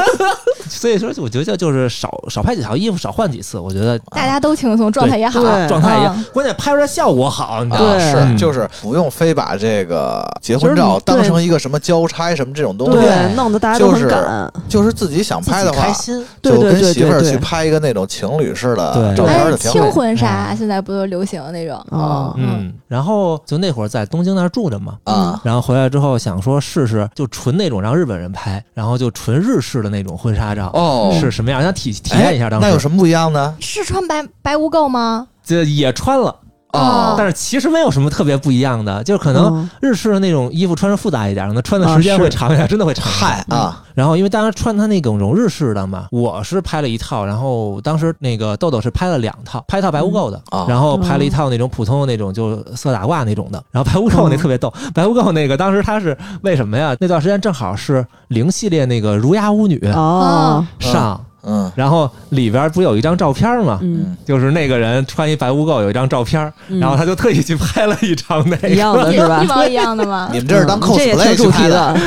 S2: 所以说我觉得就是少少拍几条衣服，少换几次，我觉得
S7: 大家都轻松，状态也好。
S3: 对
S2: 啊状态也、
S7: 嗯
S2: 关键拍出来效果好，你知道吗？
S6: 啊
S3: 对
S6: 是
S2: 嗯
S6: 就是不用非把这个结婚照
S3: 就是
S6: 当
S3: 你
S6: 成一个什么交差什么这种东
S3: [laughs]
S6: 西，
S3: 对，弄得大家都很赶。
S6: 就是自己想
S2: 自
S6: 拍
S2: 己
S6: 的话
S2: 开，心，
S3: 对
S6: 就
S3: 对
S6: 跟
S3: 对
S6: 媳妇儿
S3: 对
S6: 去
S3: 对
S6: 拍一个那种情侣式的
S2: 对
S6: 照片
S7: 但
S6: 儿就
S7: 是
S6: 挺
S7: 哎
S3: 哎
S7: 轻
S6: 好。
S7: 婚纱现在不都流行那种？
S3: 哦，
S2: 嗯，然后就那会儿在东京那儿住着嘛，
S6: 啊
S2: 然后回来之后想说试试，就纯那种让日本人拍，然后就纯日式的那种婚纱照，
S6: 哦
S2: 是什么样？想体体
S6: 哎
S2: 验一下当时。
S6: 那有什么不一样呢？
S7: 是穿白白污垢吗？
S2: 这也穿了，
S7: 哦
S2: 但是其实没有什么特别不一样的，就是可能
S3: 嗯
S2: 日式的那种衣服穿着复杂一点，可能穿的时间
S3: 啊是
S2: 会长一点，真的会长一点。嗯
S6: 嗨啊，
S2: 然后因为当时穿他那种日式的嘛，我是拍了一套，然后当时那个豆豆是拍了两套，拍一套白污垢的，
S6: 嗯啊
S2: 然后拍了一套那种普通的那种就色打挂那种的。 [laughs] 然后白污垢那
S3: 嗯
S2: 特别逗，白污垢那个当时他是为什么呀？那段时间正好是零系列那个《儒雅巫女》
S3: 哦，
S2: 上，
S6: 嗯
S2: 然后里边不有一张照片吗？
S3: 嗯，
S2: 就是那个人穿一白污垢，有一张照片，
S3: 嗯
S2: 然后他就特意去拍了一张那
S3: 一样
S2: 个，
S3: 的是吧
S7: 一？毛一样
S2: [laughs]
S7: 的吗？
S6: 你们这是当
S3: 嗯这也
S6: cosplay
S3: 挺
S6: 去
S3: 主题
S6: 拍的，
S3: 的，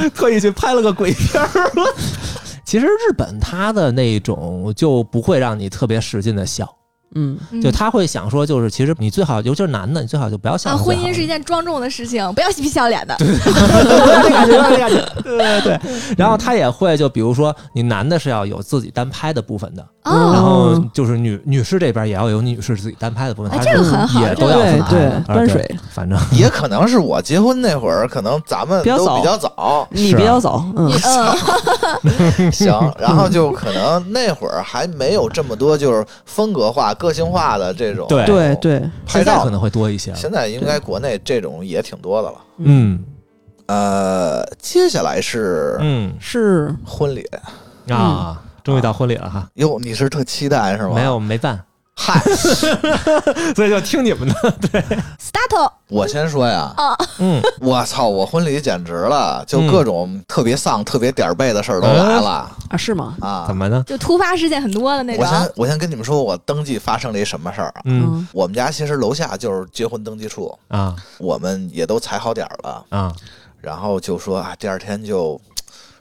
S3: 对，
S2: 特意去拍了个鬼片儿。 [laughs] 其实日本他的那种就不会让你特别使劲的笑，
S3: 嗯，
S7: 嗯
S2: 就他会想说，就是其实你最好，尤其是男的，你最好就不要笑
S7: 啊，
S2: 得最好。
S7: 婚姻是一件庄重的事情，不要嬉皮笑脸的。
S2: [laughs] 然后他也会就比如说，你男的是要有自己单拍的部分的，然
S7: 哦，
S2: 后就是女女士这边也要有女士自己单拍的部分，
S7: 哎
S2: 他
S7: 这个很好
S2: 也
S7: 这个
S2: 都要
S7: 很
S2: 分
S7: 好
S2: 开的
S3: 对对
S2: 啊
S3: 端水
S2: 反正
S6: 也可能是我结婚那会儿，可能咱们
S3: 比较
S6: 都
S3: 早
S6: 比较早，
S3: 你比较早，嗯
S7: 你
S3: [laughs]
S7: 嗯，
S6: 行，然后就可能那会儿还没有这么多就是风格化、个性化的这种
S2: 对
S3: 对对，
S6: 拍
S2: 现在
S6: 照
S2: 可。能会多一些了。
S6: 现在应该国内这种也挺多的了。
S2: 嗯
S6: 呃，接下来是
S2: 嗯
S3: 是
S6: 婚礼，
S7: 嗯
S2: 啊，终于到婚礼了哈。
S6: 哟，你是特期待是吗？
S2: 没有，，没办，
S6: 嗨，
S2: 所以就听你们的。
S7: start
S6: 我先说呀，
S2: 嗯，嗯
S6: 我操，我婚礼简直了，就各种特别丧、特别点儿背的事儿都来了。
S3: 啊，是吗？
S6: 啊
S2: 怎。么呢？
S7: 就突发事件很多的那
S6: 我
S7: 种。
S6: 先我先跟你们说，我登记发生了一什么事儿啊？
S7: 哦
S2: 嗯
S6: 我们家其实楼下就是结婚登记处，
S2: 啊
S6: 我们也都踩好点儿了，
S2: 啊
S6: 然后就说啊，第二天就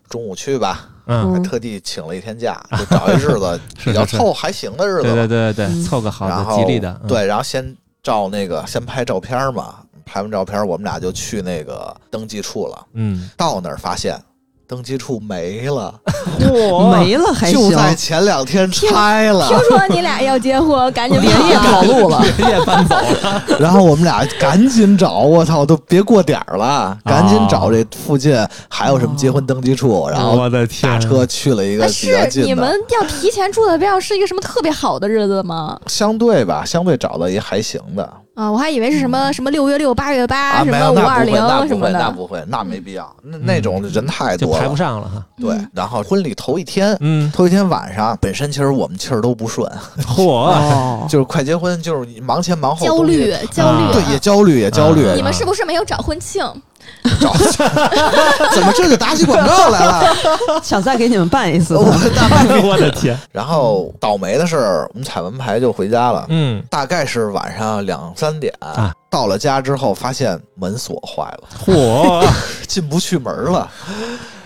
S6: 中午去吧，
S2: 嗯，
S6: 还
S3: 嗯
S6: 特地请了一天假，就找一日子
S2: [laughs] 是
S6: 比较
S2: 是
S6: 凑还行的日
S2: 对
S6: 子吧，
S2: 对对对
S3: 嗯
S2: 对，凑个好
S6: 然
S2: 的
S6: 后
S2: 吉利的，嗯，
S6: 对，然后先照那个先拍照片嘛，拍完照片我们俩就去那个登记处了，
S2: 嗯，
S6: 到那儿发现登记处没了，
S3: 嗯没了还
S6: 就
S3: 行，
S6: 在前两天拆
S7: 听
S6: 了，
S7: 说你俩要结婚，赶紧
S3: 连夜跑
S2: [laughs]
S3: 路了。
S2: 人也搬走了，
S6: [laughs] 然后我们俩赶紧找，我操，都别过点儿了，赶紧找这附近还有什么结婚登记处，然后
S2: 啊我的天
S6: 打
S2: 啊，
S6: 车去了一个
S7: 但
S6: 比较
S7: 是你
S6: 近
S7: 们
S6: 的，
S7: 要提前住的票是一个什么特别好的日子吗？
S6: 相对吧，相对找到一还行的
S7: 啊，我还以为是什么什么六月六、八月八、
S6: 啊，没
S7: 什么
S6: 有，
S7: 五
S6: 那
S7: 二
S6: 不会，那
S7: 零什
S6: 不
S7: 么
S6: 会，那
S7: 的。
S6: 不会，那没必要，那那种人太
S2: 嗯就
S6: 多
S2: 排
S6: 了
S2: 不，上了哈，
S6: 对，
S7: 嗯
S6: 然后婚礼头一天。
S2: 嗯，
S6: 头一天晚上，本身其实我们气儿都不顺，
S2: 嚯，
S3: 哦，
S6: 就是快结婚，就是忙前忙后，
S7: 焦虑，焦虑。
S6: 对，也啊焦虑，也焦虑。
S2: 嗯
S7: 你们是不是没有找婚庆？
S6: 啊找 [laughs] 怎么这就打起广告来了？
S3: 想再给你们办一次
S6: 我
S3: 吧，
S6: 大
S2: 我的天，
S6: 然后倒霉的是，我们彩完牌就回家了，
S2: 嗯，
S6: 大概是晚上两三点。
S2: 啊
S6: 到了家之后，发现门锁坏了，
S2: 嚯，
S6: [laughs] 进不去门了。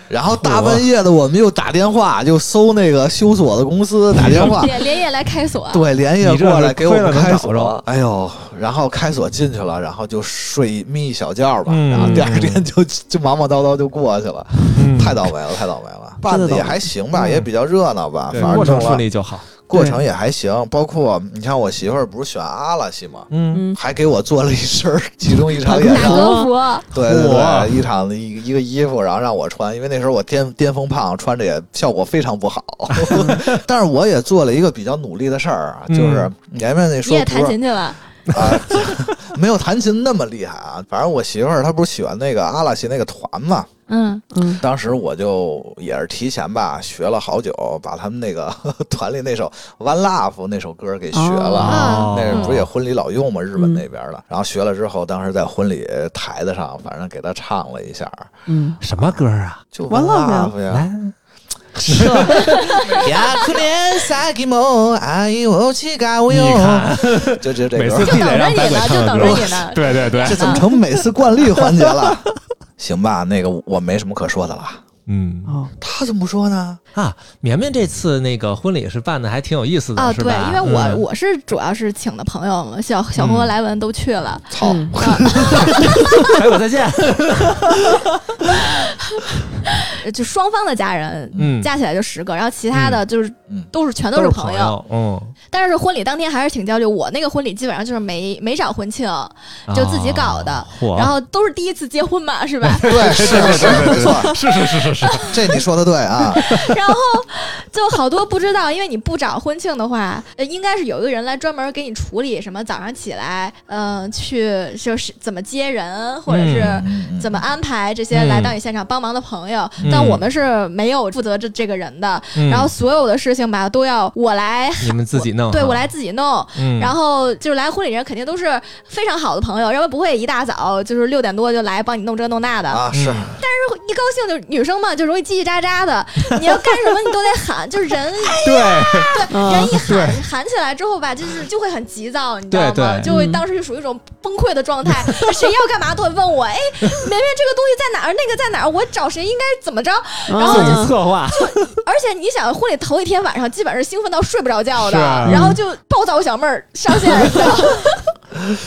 S6: 然后大半夜的，我们又打电话，就搜那个修锁的公司打电话，
S7: 连连夜来开锁。
S6: [laughs] 对，连夜过来给我们开
S2: 你这是亏了能找
S6: 锁
S2: 着。
S6: 哎呦，然后开锁进去了，然后就睡眯一小觉吧，
S2: 嗯
S6: 然后第二天就就忙忙叨叨就过去了，
S2: 嗯
S6: 太倒霉了，太倒霉了。办的也还行吧，
S2: 嗯
S6: 也比较热闹吧，
S2: 对
S6: 反正
S2: 过程
S6: 弄了
S2: 顺利就好，
S6: 过程也还行。包括你看，我媳妇儿不是选阿拉西吗？
S2: 嗯，
S3: 嗯，
S6: 还给我做了一身儿其中一场演
S7: 打
S6: 唱
S7: 歌服，
S6: 对对
S2: 哇
S6: 对，一场的一个一个衣服，然后让我穿，因为那时候我巅巅峰胖，穿着也效果非常不好。 [laughs] 但是我也做了一个比较努力的事儿啊，就是前面那
S7: 嗯你
S6: 说
S7: 也
S6: 不
S7: 弹
S6: 是
S7: 琴去了？
S6: 啊， [laughs] 没有弹琴那么厉害啊。反正我媳妇儿她不是喜欢那个阿拉西那个团嘛，
S7: 嗯，
S3: 嗯，
S6: 当时我就也是提前吧学了好久，把他们那个 [laughs] 团里那首《One Love》那首歌给学了。
S7: 哦啊
S6: 那
S7: 嗯
S6: 不是也婚礼老用嘛，日本那边的。
S3: 嗯
S6: 然后学了之后，当时在婚礼台子上，反正给他唱了一下，
S3: 嗯，
S2: 什么歌啊？
S6: 就
S3: One Love
S6: Love 呀。
S2: 来，
S6: 100年先も愛を違う
S2: 你
S6: よ
S5: [laughs]
S2: 看，
S6: 就就这
S4: 每
S6: 歌
S3: [laughs]
S4: 次
S7: 就
S4: 必
S7: 等
S4: 得
S7: 着
S4: 让
S7: 你
S4: 白鬼
S7: 呢，
S4: 唱
S7: 就
S4: 的
S7: 等
S4: 歌
S7: 着你呢。
S4: 对对
S5: [laughs]
S4: 对，
S6: 这怎么成每次惯例环节了？ [laughs] 行吧，那个我没什么可说的了。
S2: 嗯
S3: 哦，
S6: 他怎么不说呢？
S2: 啊，绵绵这次那个婚礼是办的还挺有意思
S7: 啊，
S2: 的，是
S7: 对
S2: 吧？，
S7: 因为我、
S2: 嗯
S7: 我是主要是请的朋友嘛，小小红和莱文都去了，
S6: 操！
S3: 嗯
S2: 白鬼再见，
S7: 呃就双方的家人
S2: 嗯，
S7: 加起来就十个，然后其他的就是、
S6: 嗯
S7: 都是全
S2: 都
S7: 是
S2: 朋
S7: 朋友。，
S2: 嗯，
S7: 但是婚礼当天还是挺焦虑，我那个婚礼基本上就是没没找婚庆，就自己搞的
S2: 啊嚯
S7: 然后都是第一次结婚嘛，
S2: [laughs]
S7: 是吧？
S6: [laughs] 对，是是是，没错，
S4: 是是是是是，
S6: 这你说的对
S4: [laughs]
S6: 啊。
S7: 然后就好多不知道，因为你不找婚庆的话，呃，应该是有一个人来专门给你处理什么早上起来，嗯、去就是怎么接人，或者是。
S6: 嗯
S7: 怎么安排这些
S2: 嗯
S7: 来到你现场帮忙的朋友？
S2: 嗯
S7: 但我们是没有负责这这个人的，
S2: 嗯
S7: 然后所有的事情吧都要我来，
S2: 你们自己弄，
S7: 对我，来自己弄。
S2: 嗯，
S7: 然后就是来婚礼人肯定都是非常好的朋友，要不然不会一大早就是六点多就来帮你弄这弄那的。
S6: 啊？是
S2: 嗯
S7: 但是一高兴就女生嘛就容易叽叽喳喳的，你要干什么你都得喊，就是人
S2: 对，
S3: 嗯
S2: 嗯
S7: 人一喊喊起来之后吧，就是就会很急躁，你知道吗？
S2: 对对嗯
S7: 就会当时就属于一种崩溃的状态， [laughs] 谁要干嘛都会问我，哎，梅梅这个东西在哪儿，那个在哪儿，我找谁应该怎么着？
S3: 然
S6: 哦
S7: 后
S2: 嗯自己策划，
S7: 而且你想，婚礼头一天晚上基本上是兴奋到睡不着觉的，
S4: 是啊
S2: 嗯
S7: 然后就暴躁小妹儿上线，你知道吗？ [laughs] 嗯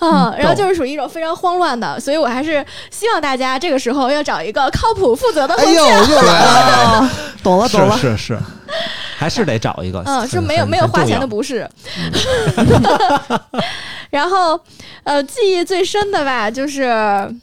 S2: 嗯
S7: 啊，然后就是属于一种非常慌乱的，所以我还是希望大家这个时候要找一个靠谱负责的婚
S6: 哎
S7: 庆。
S6: 呦，又来了。
S3: 哦，懂了懂了，
S2: 是是是，还是得找一个，
S7: 嗯，是
S2: 很
S7: 没有
S2: 很
S7: 没有
S2: 很
S7: 花
S2: 重
S7: 钱
S2: 要嗯
S7: 的不是。 [laughs] 然后，呃，记忆最深的吧，就是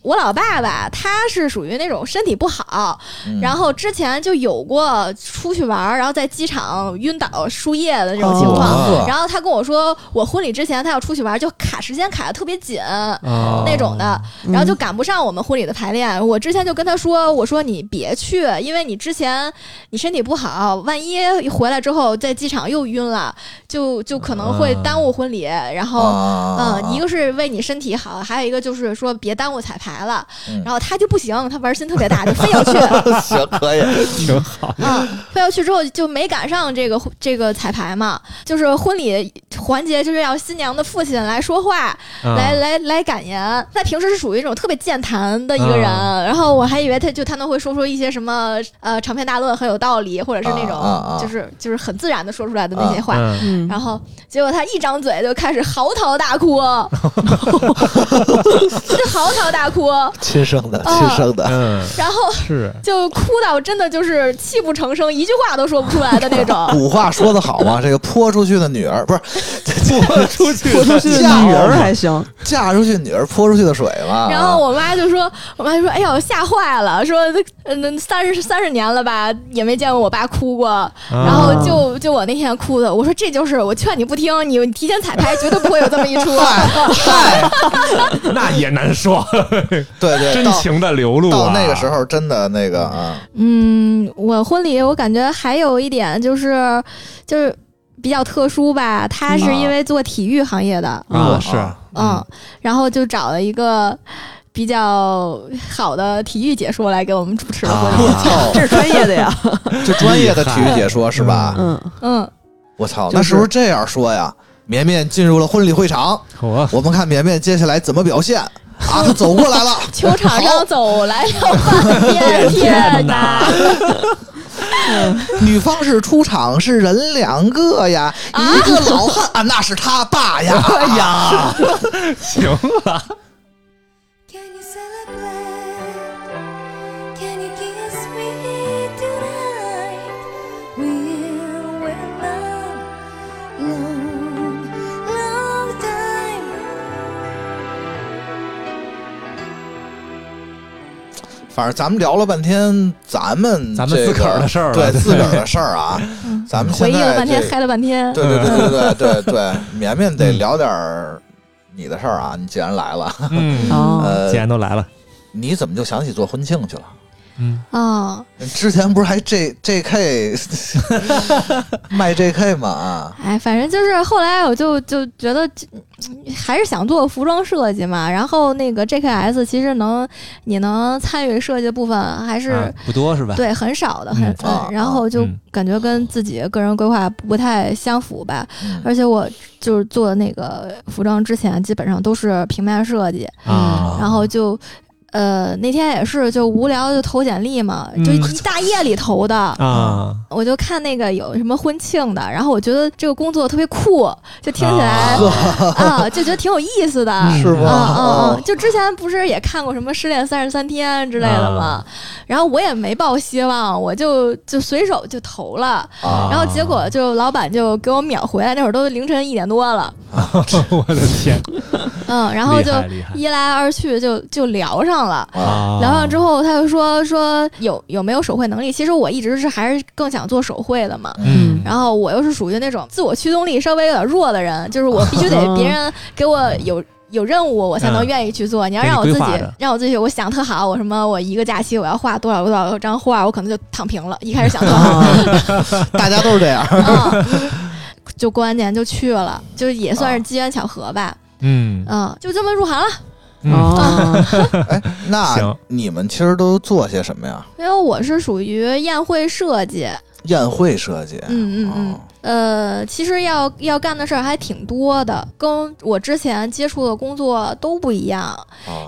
S7: 我老爸爸，他是属于那种身体不好，
S2: 嗯
S7: 然后之前就有过出去玩儿，然后在机场晕倒输液的这种情况。
S6: 哦
S7: 然后他跟我说，我婚礼之前他要出去玩儿，就卡时间卡的特别紧。
S2: 哦
S7: 那种的，
S3: 嗯
S7: 然后就赶不上我们婚礼的排练。我之前就跟他说，我说你别去，因为你之前你身体不好，万一回来之后在机场又晕了，就就可能会
S2: 啊
S7: 耽误婚礼。然后。
S6: 啊啊，
S7: 嗯，一个是为你身体好，还有一个就是说别耽误彩排了。
S6: 嗯
S7: 然后他就不行，他玩心特别大，就非要去，
S6: [laughs] 行可以，
S7: [laughs] 嗯，非要去之后就没赶上这个这个彩排嘛。就是婚礼环节，就是要新娘的父亲来说话，
S2: 啊
S7: 来来来感言。他平时是属于一种特别健谈的一个人，
S2: 啊
S7: 然后我还以为他就他能会说出一些什么呃长篇大论很有道理，或者是那种、
S6: 啊啊啊
S7: 就是就是很自然的说出来的那些话。
S2: 嗯
S3: 嗯，
S7: 然后结果他一张嘴就开始嚎啕大哭，哦 [laughs] 就嚎啕大哭，
S6: 亲生的，
S7: 啊
S6: 亲生的，
S2: 嗯，
S7: 然后
S2: 是
S7: 就哭到真的就是泣不成声，一句话都说不出来的那种。
S6: [laughs] 古话说得好嘛，这个泼出去的女 [laughs] 儿不是
S4: 豁出去
S3: 豁出去的女儿还行，
S6: 嫁出去女儿泼出去的水嘛。啊
S7: 然后我妈就说，我妈就说，哎呦，吓坏了，说，嗯，三十三十年了吧，也没见过我爸哭过。然后
S3: 啊
S7: 就就我那天哭的，我说这就是，我劝你不听，你提前彩排绝对不会有这么一出。
S4: 那也难说，
S6: 对对，
S4: 真
S6: 到
S4: 情的流露啊。
S6: 到那个时候真的那个啊，
S7: 嗯，我婚礼我感觉还有一点就是，就是比较特殊吧，他是因为做体育行业的，
S2: 啊是
S7: 嗯，然后就找了一个比较好的体育解说来给我们主持了婚礼，
S2: 啊
S6: 我啊操，
S3: 这是专业的呀，
S6: 这专业的体育解说是吧？
S3: [laughs] 嗯，
S7: 嗯，
S6: 我操，
S3: 就是
S6: 那是不是这样说呀？绵绵进入了婚礼会场，
S2: 我
S6: 我们看绵绵接下来怎么表现啊？她走过来了，
S7: 球场上
S6: 好
S7: 走来了
S6: [laughs]
S7: 半边天呐，
S6: 女方是出场是人两个呀，一个老汉啊，那是他爸呀，哎呀，
S4: 行了，
S8: Can you celebrate? Can you kiss me tonight? We'll wait a long, long time.
S6: 反正咱们聊了半天，咱们
S2: 咱们
S6: 这
S2: 自个儿的事儿了
S6: 对
S2: 对
S6: 自个儿的事儿啊，咱们现
S7: 回忆了
S6: 在
S7: 半天，
S6: 这
S7: 嗨了半天，
S6: 对对对对对对对，绵绵得聊点儿你的事儿啊，你既然来了，
S2: 嗯，
S3: 哦，
S6: 呃
S2: 既，然都来了，
S6: 你怎么就想起做婚庆去了？
S7: 嗯，
S6: 之前不是还 J J K 卖 J K 吗？啊，
S7: 哎，反正就是后来我就就觉得嗯还是想做服装设计嘛，然后那个 JKS 其实能你能参与设计的部分还是、
S2: 啊不多是吧？
S7: 对，很少的，很、
S2: 嗯
S6: 啊
S7: 然后就
S2: 嗯
S7: 感觉跟自己个人规划不太相符吧。
S6: 嗯
S7: 而且我就是做那个服装之前，基本上都是平面设计，
S2: 啊，
S7: 然后就。呃，那天也是，就无聊就投简历嘛，就
S2: 嗯
S7: 一大夜里投的。
S2: 啊，
S7: 我就看那个有什么婚庆的，然后我觉得这个工作特别酷，就听起来
S6: [laughs]
S7: 啊就觉得挺有意思的。
S2: 嗯
S6: 是
S7: 嗯嗯
S6: 吗？哦
S7: 嗯，就之前不是也看过什么《失恋三十三天》之类的
S6: 啊
S7: 吗？然后我也没抱希望，我就就随手就投了，
S6: 啊啊
S7: 然后结果就老板就给我秒回来，那会儿都凌晨一点多了，
S2: 我的天，
S7: 嗯，然后
S2: 厉
S7: 就
S2: 害厉害
S7: 一来二去就就聊上了。
S6: 啊！
S7: 聊上之后，他就说说有有没有手绘能力？其实我一直是还是更想做手绘的嘛。
S2: 嗯
S7: 然后我又是属于那种自我驱动力稍微有点弱的人，就是我必须得别人给我有。有任务我才能
S2: 嗯
S7: 愿意去做。你要
S2: 给你
S7: 让我
S2: 规
S7: 自己
S2: 划着，
S7: 让我自己，我想特好，我什么，我一个假期我要画多少多少张画，我可能就躺平了。一开始想特
S2: 啊
S7: 好，
S6: 大家都是这样，
S7: 嗯，就过完年就去了，就也算是机缘巧合吧。
S2: 嗯
S7: 嗯，就这么入行了。
S2: 嗯
S3: 哦，
S6: 那
S2: 行
S6: 你们其实都做些什么呀？
S7: 因为我是属于宴会设计，
S6: 宴会设计，
S7: 嗯嗯嗯
S6: 哦，
S7: 呃，其实要要干的事儿还挺多的，跟我之前接触的工作都不一样。
S6: 啊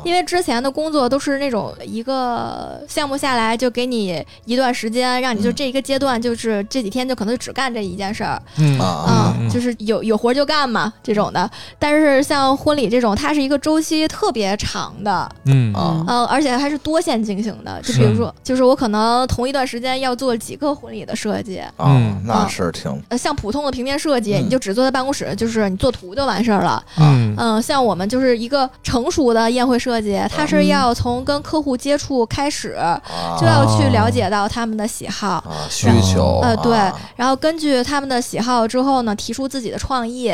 S7: 因为之前的工作都是那种一个项目下来就给你一段时间，让你就
S6: 嗯
S7: 这一个阶段，就是这几天就可能只干这一件事儿，
S2: 嗯
S6: 啊
S7: 嗯，就是有有活儿就干嘛这种的。但是像婚礼这种，它是一个周期特别长的，
S2: 嗯
S6: 啊！
S7: 嗯，而且还是多线进行的。就比如
S2: 是
S7: 说，就是我可能同一段时间要做几个婚礼的设计，
S6: 啊
S2: 嗯，
S6: 那是挺
S7: 呃，像普通的平面设计，
S6: 嗯
S7: 你就只坐在办公室，就是你做图就完事儿了。
S2: 嗯
S7: 嗯，像我们就是一个成熟的宴会设计，它是要从跟客户接触开始，
S6: 啊
S7: 就要去了解到他们的喜好。
S6: 啊需求
S7: 呃，对
S6: 啊，
S7: 然后根据他们的喜好之后呢，提出自己的创意，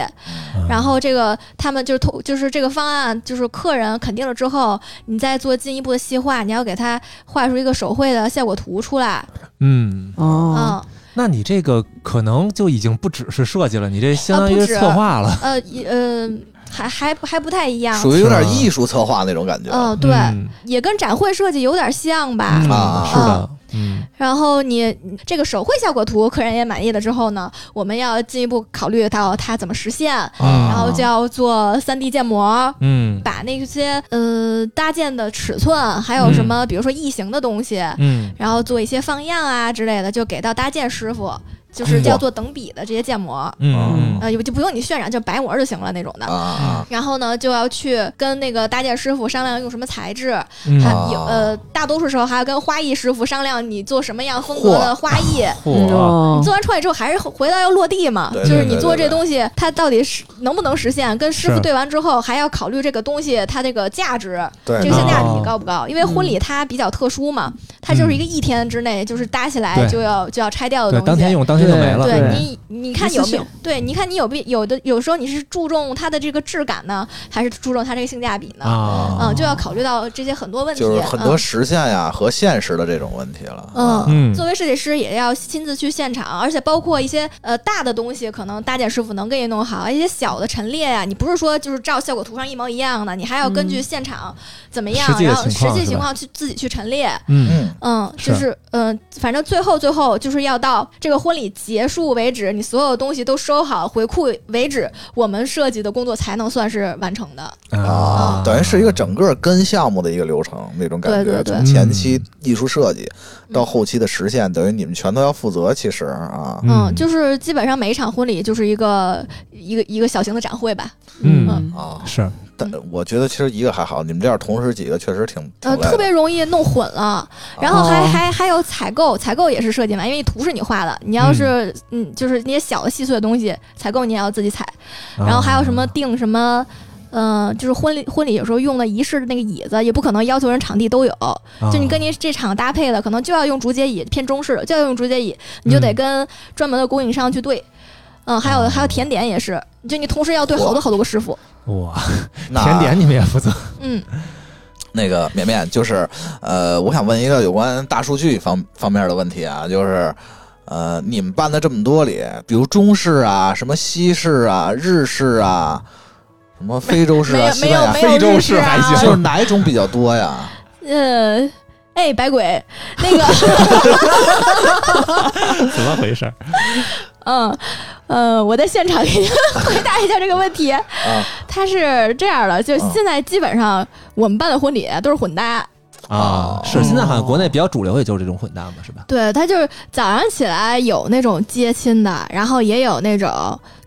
S7: 然后这个他们就是通，就是这个方案，就是客人肯定了之后，你再做进一步的细化，你要给他画出一个手绘的效果图出来，
S2: 嗯，
S3: 哦，
S7: 嗯，
S2: 那你这个可能就已经不只是设计了，你这相当
S7: 啊
S2: 于
S7: 不
S2: 是
S7: 止
S2: 策划了
S7: 呃，一呃，还还不还不太一样。
S6: 属于有
S2: 啊
S6: 点艺术策划那种感觉。
S7: 嗯，对，
S2: 嗯
S7: 也跟展会设计有点像吧。
S2: 嗯
S6: 啊
S2: 是的，嗯，
S7: 然后你这个手绘效果图，客人也满意了之后呢，我们要进一步考虑到它怎么实现，然后就要做三 D 建模。
S2: 嗯
S7: 把那些呃搭建的尺寸，还
S6: 嗯
S7: 有什么，比如说异形的东西，
S2: 嗯
S7: 然后做一些放样啊之类的，就给到搭建师傅，
S6: 嗯
S7: 就是叫做等比的这些建模，
S2: 嗯
S7: 呃，就不用你渲染，就白模就行了那种的。
S6: 啊
S7: 然后呢，就要去跟那个搭建师傅商量用什么材质，
S2: 嗯
S7: 还
S2: 嗯，
S6: 啊
S7: 有呃，大多数时候还要跟花艺师傅商量你做什么样风格的花艺。
S6: 哦
S2: 嚯，啊
S3: 嗯
S7: 做完出来之后，还是回到要落地嘛，
S6: 啊对
S7: 就是
S6: 对
S7: 你
S6: 对
S7: 做
S6: 对
S7: 这东西，它到底是能不能实现？跟师傅
S2: 是
S7: 对完之后，还要考虑这个东西它这个价值，
S6: 对
S7: 这个性价
S2: 哦
S7: 比高不高？因为婚礼它比较特殊嘛，它就是一个一天之内就是搭起来
S2: 对
S7: 就要就要拆掉的
S2: 对，
S7: 东西。
S2: 当天用，当天就没了，
S7: 对
S3: 对
S7: 你，你看有没有？对，你看你有没有的？有时候你是注重它的这个质感呢，还是注重它这个性价比呢？
S2: 啊，
S7: 嗯，就要考虑到这些很多问题。
S6: 就是很多实现呀和现实的这种问题了。
S7: 啊嗯
S6: 啊
S7: 嗯，
S2: 嗯
S7: 作为设计师也要亲自去现场，而且包括一些呃大的东西，可能搭建师傅能给你弄好，一些小的陈列呀、你不是说就是照效果图上一模一样的，你还要根据现场怎么样，
S2: 嗯实际的
S7: 然后
S2: 情
S7: 实
S2: 况
S7: 际
S2: 是吧
S7: 情况去自己去陈列。
S2: 嗯
S6: 嗯，
S7: 嗯，就是嗯、呃反正最后最后就是要到这个婚礼结束为止，你所有东西都收好回库为止，我们设计的工作才能算是完成的。
S6: 啊，等于是一个整个跟项目的一个流程那种感
S7: 对
S6: 觉，
S7: 对对
S6: 从前期艺术设计到后期的实现，等于你们全都要负责。其实啊，
S7: 嗯，就是基本上每一场婚礼就是一个一个一个小型的展会吧。
S2: 嗯
S6: 啊，
S2: 是
S6: 但我觉得其实一个还好，你们这样同时几个确实挺挺
S7: 呃，
S6: 累的
S7: 特别容易弄混了，然后
S3: 哦
S7: 还、还还有采购，采购也是设计嘛，因为图是你画的，你要是嗯就是那些小的细碎的东西，采购你也要自己采，然后还有什么定什么。嗯，就是婚礼婚礼有时候用的仪式的那个椅子，也不可能要求人场地都有。就你跟你这场搭配的，可能就要用竹节椅，偏中式的就要用竹节椅，你就得跟专门的供应商去对。嗯，还有还有甜点也是，就你同时要对好多好多个师傅。
S2: 哇，
S6: 那
S2: 甜点你们也负责，
S7: 嗯，
S6: 那个绵绵，就是呃，我想问一个有关大数据方方面的问题啊，就是呃，你们办的这么多里，比如中式啊、什么西式啊、日式啊、什么非洲式
S7: 没
S6: 啊、
S7: 有
S6: 西
S7: 没
S6: 班
S7: 有
S6: 牙
S7: 没
S6: 式
S7: 有
S4: 非洲
S7: 日
S4: 式
S7: 式
S4: 还
S7: 啊
S4: 行
S6: 啊，就是哪一种比较多呀？
S7: 呃，哎，百鬼，那个，
S4: [laughs] 怎么回事？
S7: [laughs] 嗯，呃，我在现场给您 [laughs] 回答一下这个问题。
S6: 啊
S7: 他是这样的，就
S4: 啊
S7: 现在基本上我们办的婚礼都是混搭，
S2: 啊，是现在好像国内比较主流，也就是这种混搭嘛，是吧？
S7: 对他就是早上起来有那种接亲的，然后也有那种